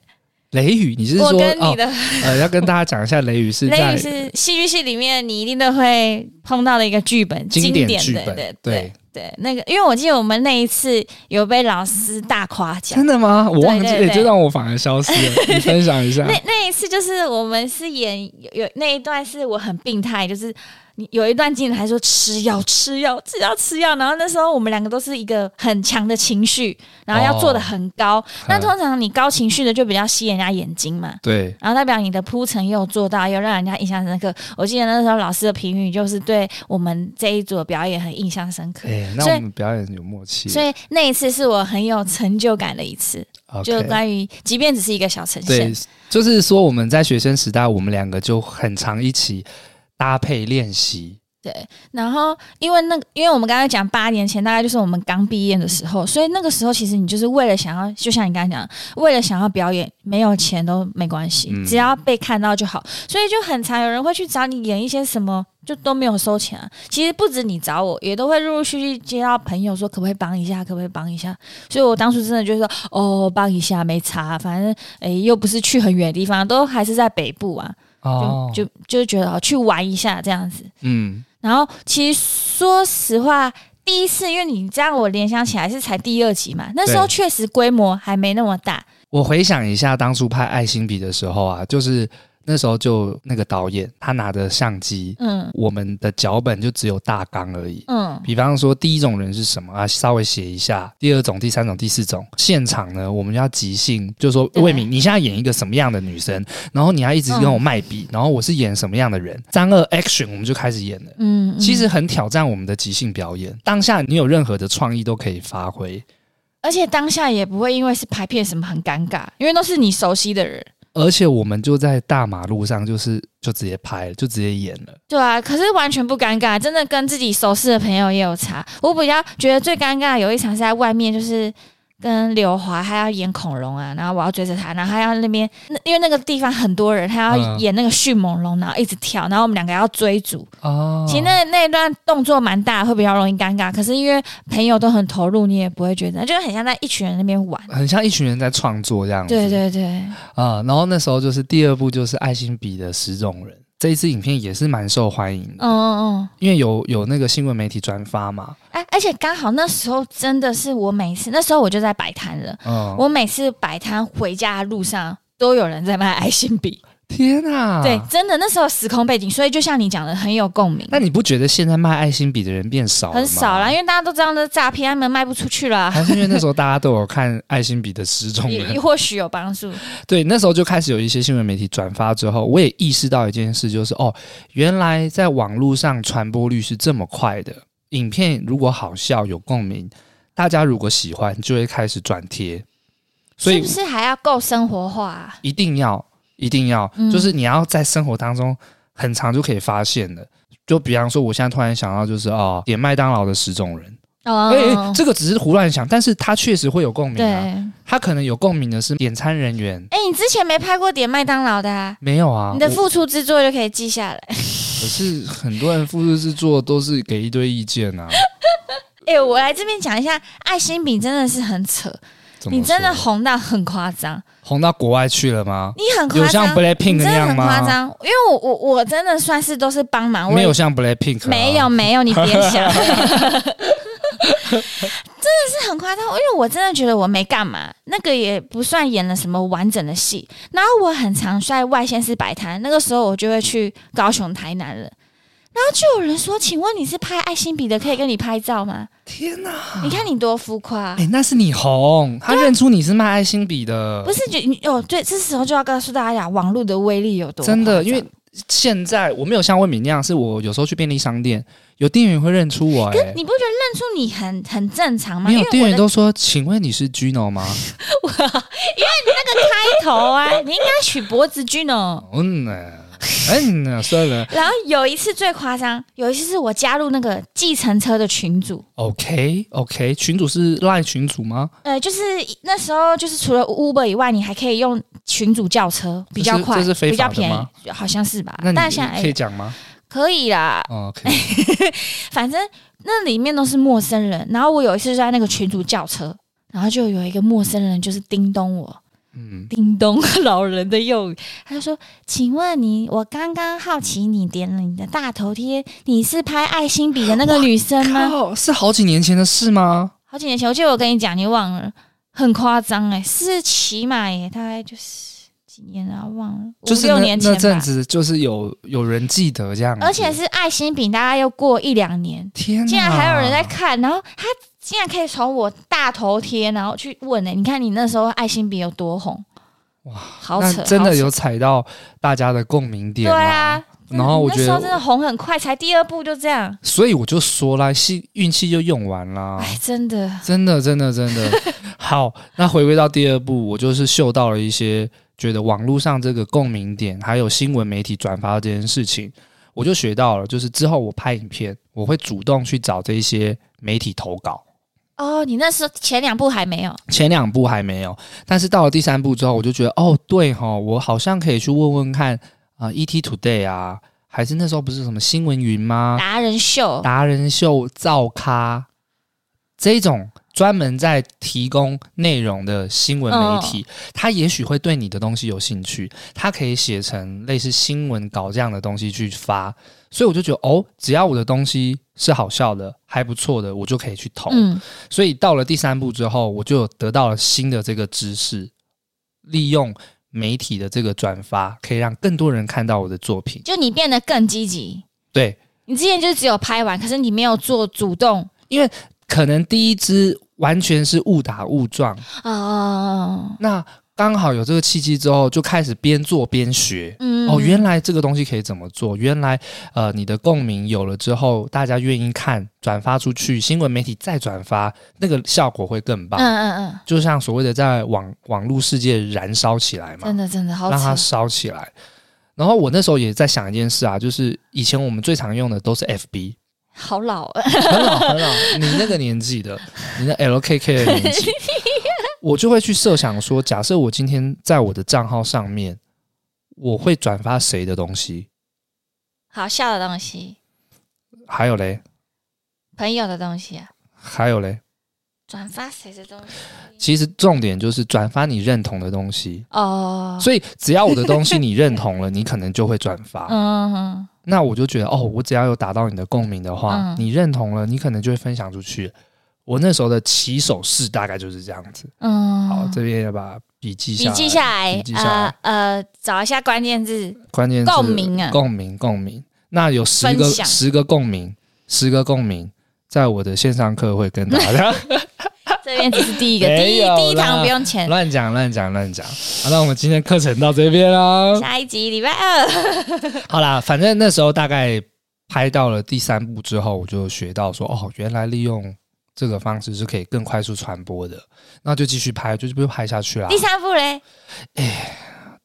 Speaker 2: 雷雨，你是
Speaker 1: 我
Speaker 2: 说
Speaker 1: 跟你
Speaker 2: 哦？
Speaker 1: 的、
Speaker 2: 呃，要跟大家讲一下，雷雨是
Speaker 1: 雷
Speaker 2: 在
Speaker 1: 雨是戏剧系里面你一定都会碰到的一个剧本，
Speaker 2: 经
Speaker 1: 典
Speaker 2: 剧
Speaker 1: 的，
Speaker 2: 本，
Speaker 1: 对对对，那个，因为我记得我们那一次有被老师大夸奖
Speaker 2: 真。的吗？我忘记，
Speaker 1: 对对
Speaker 2: 欸
Speaker 1: 对
Speaker 2: 这让我反而消失 了。你分享一下，
Speaker 1: 那那一次就是我们是演有有那一段是我很病态，就是你有一段经理还说吃药吃药吃药吃药，然后那时候我们两个都是一个很强的情绪，然后要
Speaker 2: 哦
Speaker 1: 做的很高。那通常你高情绪的就比较吸人家眼睛嘛，
Speaker 2: 对，
Speaker 1: 然后代表你的铺陈又做到，又让人家印象深刻。我记得那时候老师的评语就是对我们这一组的表演很印象深刻
Speaker 2: 哎、，那
Speaker 1: 所以
Speaker 2: 我们表演有默契，
Speaker 1: 所以那一次是我很有成就感的一次，
Speaker 2: OK
Speaker 1: 就关于即便只是一个小呈现
Speaker 2: 对，，就是说我们在学生时代，我们两个就很常一起搭配练习。
Speaker 1: 对，然后因为那个，因为我们刚才讲八年前，大概就是我们刚毕业的时候，所以那个时候其实你就是为了想要，就像你刚才讲，为了想要表演，没有钱都没关系，
Speaker 2: 嗯
Speaker 1: 只要被看到就好。所以就很常有人会去找你演一些什么，就都没有收钱啊。其实不止你找我，也都会陆陆续续接到朋友说可不可以帮一下，可不可以帮一下。所以我当初真的就是说，哦，帮一下没差，啊反正诶又不是去很远的地方，都还是在北部啊，就、
Speaker 2: 哦，
Speaker 1: 就就觉得哦去玩一下这样子。
Speaker 2: 嗯，
Speaker 1: 然后其实说实话，第一次因为你这样，我联想起来是才第二集嘛，那时候
Speaker 2: 对
Speaker 1: 确实规模还没那么大。
Speaker 2: 我回想一下当初拍《爱心笔》的时候啊，就是那时候就那个导演他拿着相机，
Speaker 1: 嗯
Speaker 2: 我们的脚本就只有大纲而已。
Speaker 1: 嗯，
Speaker 2: 比方说，第一种人是什么啊？稍微写一下。第二种、第三种、第四种，现场呢，我们要即兴，就是说，
Speaker 1: 对嗯
Speaker 2: 魏敏，你现在演一个什么样的女生？然后你要一直跟我卖笔，然后我是演什么样的人？三二 action，我们就开始演了。
Speaker 1: 嗯，嗯
Speaker 2: 其实，很挑战我们的即兴表演，当下你有任何的创意都可以发挥。
Speaker 1: 而且当下也不会因为是排片什么很尴尬，因为都是你熟悉的人。
Speaker 2: 而且我们就在大马路上，就是就直接拍了，就直接演了。
Speaker 1: 对啊，可是完全不尴尬，真的跟自己熟识的朋友也有差。我比较觉得最尴尬有一场是在外面，就是跟刘华，他要演恐龙啊，然后我要追着他，然后他要那边，那因为那个地方很多人，他要
Speaker 2: 嗯
Speaker 1: 演那个迅猛龙，然后一直跳，然后我们两个要追逐，
Speaker 2: 哦
Speaker 1: 其实那那一段动作蛮大，会比较容易尴尬。可是因为朋友都很投入，你也不会觉得，就是很像在一群人那边玩。
Speaker 2: 很像一群人在创作这样子。
Speaker 1: 对对对，
Speaker 2: 啊、然后那时候就是第二部就是《爱心笔》的十种人，这一支影片也是蛮受欢迎
Speaker 1: 嗯
Speaker 2: 的，
Speaker 1: 嗯嗯。
Speaker 2: 因为有有那个新闻媒体转发嘛，
Speaker 1: 哎、而且刚好那时候真的是我每次，那时候我就在摆摊了。
Speaker 2: 嗯，
Speaker 1: 我每次摆摊回家的路上，都有人在卖爱心笔，
Speaker 2: 天啊！
Speaker 1: 对，真的那时候时空背景，所以就像你讲的，很有共鸣。
Speaker 2: 那你不觉得现在卖爱心笔的人变少了吗
Speaker 1: 很少啦，因为大家都知道那是诈骗，他们卖不出去了，
Speaker 2: 还是因为那时候大家都有看爱心笔的失踪
Speaker 1: 也
Speaker 2: 人
Speaker 1: 也，或许有帮助。
Speaker 2: 对，那时候就开始有一些新闻媒体转发之后，我也意识到一件事，就是哦，原来在网络上传播率是这么快的。影片如果好笑有共鸣，大家如果喜欢，就会开始转贴，所
Speaker 1: 是
Speaker 2: 以
Speaker 1: 不是还要够生活化啊、
Speaker 2: 一定要一定要，
Speaker 1: 嗯
Speaker 2: 就是你要在生活当中很长就可以发现的。就比方说，我现在突然想到，就是哦，点麦当劳的十种人，
Speaker 1: 哦
Speaker 2: 哎、这个只是胡乱想，但是它确实会有共鸣
Speaker 1: 对，
Speaker 2: 啊。
Speaker 1: 哎、
Speaker 2: 它可能有共鸣的是点餐人员，
Speaker 1: 你之前没拍过点麦当劳的啊？
Speaker 2: 没有啊，
Speaker 1: 你的
Speaker 2: 我
Speaker 1: 付出之作就可以记下来。
Speaker 2: 可是很多人复述制作都是给一堆意见 啊，
Speaker 1: 哎、我来这边讲一下，爱心饼真的是很扯，
Speaker 2: 怎么
Speaker 1: 你真的
Speaker 2: 说
Speaker 1: 红到很夸张，
Speaker 2: 红到国外去了吗？
Speaker 1: 你很
Speaker 2: 有
Speaker 1: 夸
Speaker 2: 像
Speaker 1: 张，你真
Speaker 2: Blackpink 那
Speaker 1: 的很
Speaker 2: 样
Speaker 1: 夸
Speaker 2: 吗？
Speaker 1: 张。因为我我我真的算是都是帮忙，我
Speaker 2: 没
Speaker 1: 也
Speaker 2: 有像 Blackpink，、啊、
Speaker 1: 没有。没有，你别 想，真的是很夸张。因为我真的觉得我没干嘛，那个也不算演了什么完整的戏。然后我很常在外县市摆摊，那个时候我就会去高雄、台南了。然后就有人说：“请问你是拍爱心笔的，可以跟你拍照吗
Speaker 2: 天哪、？”
Speaker 1: 你看你多浮夸、
Speaker 2: 哎、那是你红，他认出你是卖爱心笔的，
Speaker 1: 啊不是就你哦？对，这时候就要告诉大家网络的威力有多
Speaker 2: 真
Speaker 1: 夸
Speaker 2: 的，
Speaker 1: 张
Speaker 2: 因为现在我没有像魏敏那样，是我有时候去便利商店，有店员会认出我、
Speaker 1: 可
Speaker 2: 哎
Speaker 1: 是，你不觉得认出你很很正常吗？
Speaker 2: 没
Speaker 1: 因
Speaker 2: 有
Speaker 1: 为
Speaker 2: 店
Speaker 1: 我
Speaker 2: 员
Speaker 1: 的
Speaker 2: 都说，请问你是 Gino 吗？
Speaker 1: 开头啊，你应该取脖子君哦。
Speaker 2: 嗯呢、嗯呢、算了
Speaker 1: 然后有一次最夸张，有一次是我加入那个计程车的群组，
Speaker 2: ，OK OK，群主是 Line 群主吗？
Speaker 1: 呃，就是那时候就是除了 Uber 以外，你还可以用群组叫车，比较快，
Speaker 2: 这是非
Speaker 1: 比较
Speaker 2: 法的
Speaker 1: 便
Speaker 2: 吗
Speaker 1: 宜，好像是吧？
Speaker 2: 那
Speaker 1: 但
Speaker 2: 你
Speaker 1: 现在哎
Speaker 2: 可以讲吗、
Speaker 1: 可以啦，
Speaker 2: 哦 o k
Speaker 1: 反正那里面都是陌生人。然后我有一次就在那个群组叫车，然后就有一个陌生人就是叮咚我，
Speaker 2: 嗯，
Speaker 1: 叮咚 老人的用语，他就说：“请问你，我刚刚好奇你点了你的大头贴，你是拍爱心笔的那个女生吗？”
Speaker 2: 靠，是好几年前的事吗？
Speaker 1: 好几年前，我记得我跟你讲，你忘了，很夸张哎，是起码也大概就是几年啊，忘了
Speaker 2: 就
Speaker 1: 五
Speaker 2: 是
Speaker 1: 六
Speaker 2: 那
Speaker 1: 年
Speaker 2: 那
Speaker 1: 前
Speaker 2: 阵
Speaker 1: 吧。
Speaker 2: 子，就是有有人记得这样子，
Speaker 1: 而且是爱心饼，大概又过一两年，
Speaker 2: 天哪，
Speaker 1: 竟然还有人在
Speaker 2: 哦
Speaker 1: 看，然后他竟然可以从我大头贴，然后去问哎、你看你那时候爱心饼有多红，
Speaker 2: 哇，
Speaker 1: 好
Speaker 2: 那
Speaker 1: 扯，
Speaker 2: 真
Speaker 1: 好
Speaker 2: 的
Speaker 1: 扯
Speaker 2: 有踩到大家的共鸣点、
Speaker 1: 对啊。
Speaker 2: 然后我
Speaker 1: 那
Speaker 2: 觉
Speaker 1: 时
Speaker 2: 得
Speaker 1: 候真的红很快，才第二部就这样，
Speaker 2: 所以我就说啦，气运气就用完啦。
Speaker 1: 哎，真的
Speaker 2: 真的，真的，真的。好，那回归到第二步，我就是嗅到了一些觉得网络上这个共鸣点，还有新闻媒体转发这件事情，我就学到了。就是之后我拍影片，我会主动去找这一些媒体投稿。
Speaker 1: 哦。你那时候前两部还没有，
Speaker 2: 前两部还没有，但是到了第三部之后，我就觉得哦，对哈、我好像可以去问问看啊、e t Today 啊，还是那时候不是什么新闻云吗？
Speaker 1: 达人秀，
Speaker 2: 啊达人秀、造咖这种专门在提供内容的新闻媒体，它也许会对你的东西有兴趣，它可以写成类似新闻稿这样的东西去发。所以我就觉得，哦，只要我的东西是好笑的、还不错的，我就可以去投。
Speaker 1: 嗯，
Speaker 2: 所以到了第三步之后，我就有得到了新的这个知识，利用媒体的这个转发，可以让更多人看到我的作品。
Speaker 1: 就你变得更积极，
Speaker 2: 对，
Speaker 1: 你之前就是只有拍完，可是你没有做主动
Speaker 2: 可能第一支完全是误打误撞，
Speaker 1: 哦，
Speaker 2: 那刚好有这个契机之后，就开始边做边学。
Speaker 1: 嗯
Speaker 2: 哦，原来这个东西可以怎么做？原来，呃，你的共鸣有了之后，大家愿意看，转发出去，新闻媒体再转发，那个效果会更棒。
Speaker 1: 嗯嗯
Speaker 2: 就像所谓的在网网络世界燃烧起来
Speaker 1: 嗯，
Speaker 2: 嘛
Speaker 1: 真，的真的好
Speaker 2: 让它
Speaker 1: 扯，
Speaker 2: 烧起来。然后我那时候也在想一件事啊，就是以前我们最常用的都是 FB，
Speaker 1: 好老，啊
Speaker 2: 很老很老，你那个年纪的，你那 LKK 的年纪，我就会去设想说，假设我今天在我的账号上面，我会转发谁的东西？
Speaker 1: 好笑的东西，
Speaker 2: 还有嘞，
Speaker 1: 朋友的东西啊，
Speaker 2: 还有嘞，
Speaker 1: 转发谁的东西
Speaker 2: 其实重点就是转发你认同的东西。
Speaker 1: 哦，
Speaker 2: 所以只要我的 东西你认同了，你可能就会转发。
Speaker 1: 嗯
Speaker 2: 那我就觉得哦，我只要有达到你的共鸣的话，
Speaker 1: 嗯
Speaker 2: 你认同了，你可能就会分享出去。我那时候的起手式大概就是这样子。
Speaker 1: 嗯，
Speaker 2: 好，这边要把笔记下
Speaker 1: 笔
Speaker 2: 来，
Speaker 1: 记下来
Speaker 2: 笔，记下
Speaker 1: 呃
Speaker 2: 来
Speaker 1: 呃，找一下关键字，
Speaker 2: 关键是
Speaker 1: 共鸣啊
Speaker 2: 共鸣，共鸣。那有十个
Speaker 1: 分享
Speaker 2: 十个共鸣，十个共鸣，在我的线上课会跟大家
Speaker 1: 这边只是第一个，第
Speaker 2: 没
Speaker 1: 一
Speaker 2: 有啦
Speaker 1: 第一堂不用钱，
Speaker 2: 乱讲乱讲乱讲。好，那我们今天课程到这边啦。
Speaker 1: 下一集礼拜二，
Speaker 2: 好啦，反正那时候大概拍到了第三部之后，我就学到说，哦，原来利用这个方式是可以更快速传播的。那就继续拍，就不拍下去啦。
Speaker 1: 第三部嘞，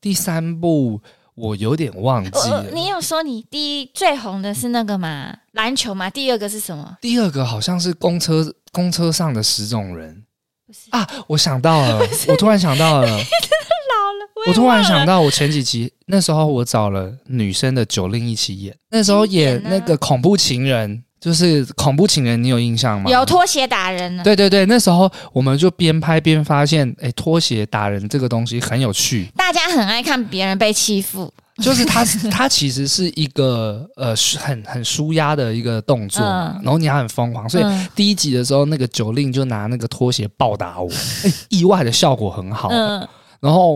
Speaker 2: 第三部我有点忘
Speaker 1: 我
Speaker 2: 记
Speaker 1: 我
Speaker 2: 了。
Speaker 1: 呃你有说你第一最红的是那个吗？篮球吗？第二个是什么？
Speaker 2: 第二个好像是公车公车上的十种人
Speaker 1: 不是
Speaker 2: 啊，我想到了， 我突然想到了，
Speaker 1: 老了，我
Speaker 2: 我
Speaker 1: 也
Speaker 2: 突然
Speaker 1: 忘了
Speaker 2: 想到我前几集那时候我找了女生的九令一起演，那时候演
Speaker 1: 经典啊
Speaker 2: 那个恐怖情人，就是恐怖情人，你有印象吗？
Speaker 1: 有拖鞋打人呢。
Speaker 2: 对对对，那时候我们就边拍边发现，哎，拖鞋打人这个东西很有趣，
Speaker 1: 大家很爱看别人被欺负，
Speaker 2: 就是 它它其实是一个呃很很舒压的一个动作嘛，
Speaker 1: 嗯
Speaker 2: 然后你还很疯狂，所以
Speaker 1: 嗯
Speaker 2: 第一集的时候，那个九令就拿那个拖鞋暴打我，哎，意外的效果很好。
Speaker 1: 嗯，
Speaker 2: 然后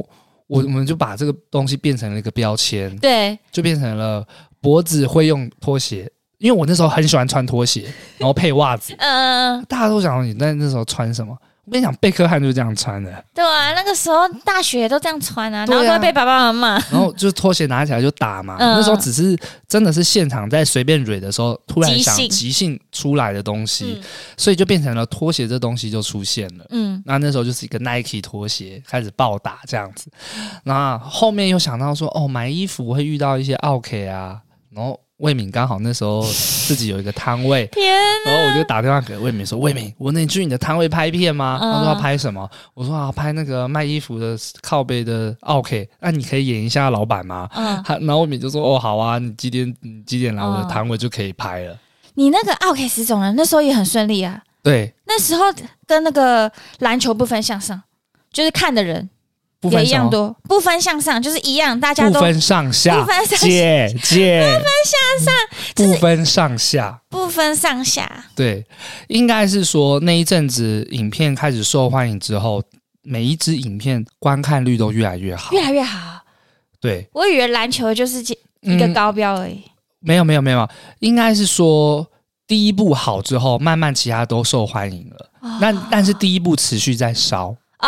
Speaker 2: 我我们就把这个东西变成了一个标签，
Speaker 1: 对，。
Speaker 2: 就变成了脖子会用拖鞋，因为我那时候很喜欢穿拖鞋，然后配袜子
Speaker 1: 嗯，
Speaker 2: 大家都想说你在那时候穿什么？我跟你讲，贝克汉就是这样穿的，
Speaker 1: 对啊，那个时候大学都这样穿啊，
Speaker 2: 对
Speaker 1: 然
Speaker 2: 啊
Speaker 1: 后都会被爸爸妈妈骂
Speaker 2: 然后就拖鞋拿起来就打嘛。
Speaker 1: 嗯
Speaker 2: 那时候只是真的是现场在随便蕊的时候，突然想
Speaker 1: 即兴
Speaker 2: 即兴出来的东西，
Speaker 1: 嗯
Speaker 2: 所以就变成了拖鞋这东西就出现了。
Speaker 1: 嗯，
Speaker 2: 那那时候就是一个 Nike 拖鞋开始暴打这样子，那后面又想到说，哦，买衣服会遇到一些 OK 啊，然后魏敏刚好那时候自己有一个摊 位，
Speaker 1: 天，
Speaker 2: 然后我就打电话给魏敏说，魏敏，我能去你的摊位拍片吗？
Speaker 1: 嗯
Speaker 2: 他说要拍什么？我说啊，拍那个卖衣服的靠背的 OK，那、你可以演一下老板吗？
Speaker 1: 嗯，
Speaker 2: 他然后魏敏就说，哦，好啊，你几点你几点来我的
Speaker 1: 嗯
Speaker 2: 摊位就可以拍了。
Speaker 1: 你那个奥 K 十种人那时候也很顺利啊，
Speaker 2: 对，
Speaker 1: 那时候跟那个篮球不分向上，就是看的人
Speaker 2: 不
Speaker 1: 也
Speaker 2: 分
Speaker 1: 一
Speaker 2: 什
Speaker 1: 样
Speaker 2: 么
Speaker 1: 多，不分向上就是一样，大家
Speaker 2: 不
Speaker 1: 都
Speaker 2: 分上下，
Speaker 1: 不分上下
Speaker 2: 姐姐，不分上下，
Speaker 1: 不分上下，
Speaker 2: 对，应该是说那一阵子影片开始受欢迎之后，每一支影片观看率都越来越好。
Speaker 1: 越来越好。
Speaker 2: 对，
Speaker 1: 我以为篮球就是一个
Speaker 2: 嗯
Speaker 1: 高标而已，
Speaker 2: 没有没有没有，应该是说第一部好之后，慢慢其他都受欢迎了。嗯那但是第一部持续在烧，
Speaker 1: 哦，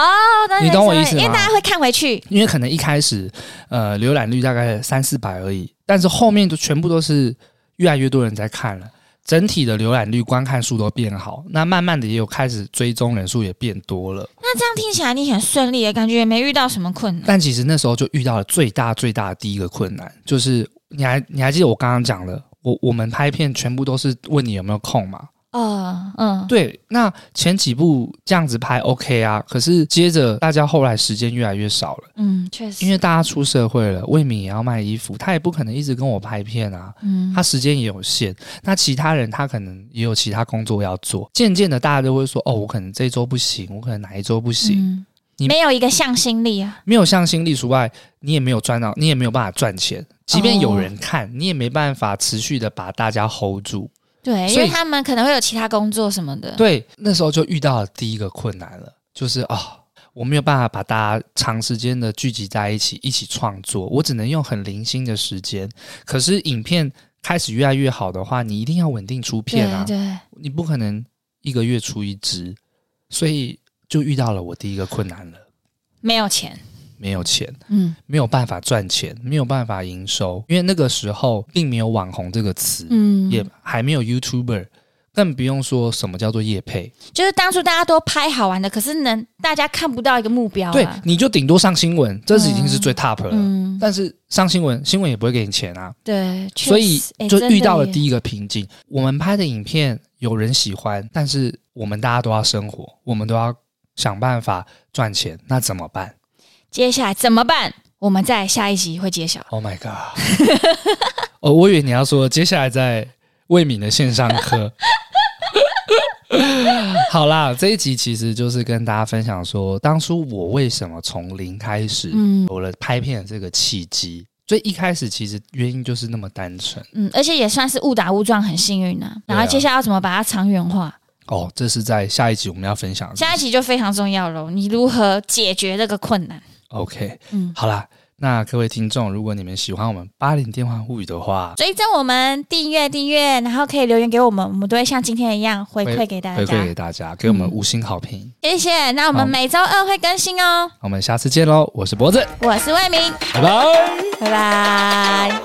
Speaker 1: 那
Speaker 2: 你懂我意思吗
Speaker 1: 因为大家会看回去，
Speaker 2: 因为可能一开始呃浏览率大概三四百而已，但是后面就全部都是越来越多人在看了，整体的浏览率、观看数都变好，那慢慢的也有开始追踪人数也变多了。
Speaker 1: 那这样听起来你很顺利耶，感觉也没遇到什么困难。
Speaker 2: 但其实那时候就遇到了最大最大的第一个困难，就是你还你还记得我刚刚讲的，我我们拍片全部都是问你有没有空嘛？
Speaker 1: 哦，嗯，
Speaker 2: 对，那前几部这样子拍 OK 啊，可是接着大家后来时间越来越少了。
Speaker 1: 嗯，确实，
Speaker 2: 因为大家出社会了，魏敏也要卖衣服，他也不可能一直跟我拍片啊，
Speaker 1: 嗯，
Speaker 2: 他时间也有限。那其他人他可能也有其他工作要做，渐渐的大家都会说，哦，我可能这周不行，我可能哪一周不行，
Speaker 1: 嗯
Speaker 2: 你
Speaker 1: 没有一个向心力啊，
Speaker 2: 没有向心力除外，你也没有赚到，你也没有办法赚钱。即
Speaker 1: 哦
Speaker 2: 便有人看，你也没办法持续的把大家 hold 住。
Speaker 1: 对，因
Speaker 2: 所以
Speaker 1: 为他们可能会有其他工作什么的，
Speaker 2: 对，那时候就遇到了第一个困难了，就是啊、我没有办法把大家长时间的聚集在一起，一起创作，我只能用很零星的时间。可是影片开始越来越好的话，你一定要稳定出片啊，
Speaker 1: 对对，
Speaker 2: 你不可能一个月出一支，所以就遇到了我第一个困难了，
Speaker 1: 没有钱，
Speaker 2: 没有钱，
Speaker 1: 嗯
Speaker 2: 没有办法赚钱，没有办法营收，因为那个时候并没有网红这个词，
Speaker 1: 嗯，
Speaker 2: 也还没有 YouTuber，更不用说什么叫做业配。
Speaker 1: 就是当初大家都拍好玩的，可是能大家看不到一个目标、啊，
Speaker 2: 对，你就顶多上新闻，这是已经是最 top 了。
Speaker 1: 嗯，
Speaker 2: 但是上新闻，新闻也不会给你钱啊，
Speaker 1: 对，确实
Speaker 2: 所以
Speaker 1: 诶
Speaker 2: 就
Speaker 1: 真的
Speaker 2: 遇到了
Speaker 1: 耶
Speaker 2: 第一个瓶颈。我们拍的影片有人喜欢，但是我们大家都要生活，我们都要想办法赚钱，那怎么办
Speaker 1: 接下来怎么办？我们在下一集会揭晓。
Speaker 2: ？Oh my god！哦，我以为你要说接下来在魏敏的线上课。 好啦，这一集其实就是跟大家分享说，当初我为什么从零开始，
Speaker 1: 嗯
Speaker 2: 有了拍片的这个契机。所以一开始其实原因就是那么单纯，
Speaker 1: 嗯，而且也算是误打误撞，很幸运啊。然后
Speaker 2: 对啊
Speaker 1: 接下来要怎么把它长远化？
Speaker 2: 哦，这是在下一集我们要分享的。
Speaker 1: 下一集就非常重要喽，你如何解决这个困难？
Speaker 2: OK，
Speaker 1: 嗯，
Speaker 2: 好啦，那各位听众，如果你们喜欢我们八零电话物语的话，
Speaker 1: 追踪我们，订阅订阅，然后可以留言给我们，我们都会像今天一样回馈给大
Speaker 2: 回馈
Speaker 1: 家。
Speaker 2: 给大家，给我们
Speaker 1: 嗯
Speaker 2: 五星好评。
Speaker 1: 谢谢，那我
Speaker 2: 好
Speaker 1: 们每周二会更新哦。
Speaker 2: 我们下次见喽，我是脖子，
Speaker 1: 我是魏明，
Speaker 2: 拜拜。
Speaker 1: 拜拜。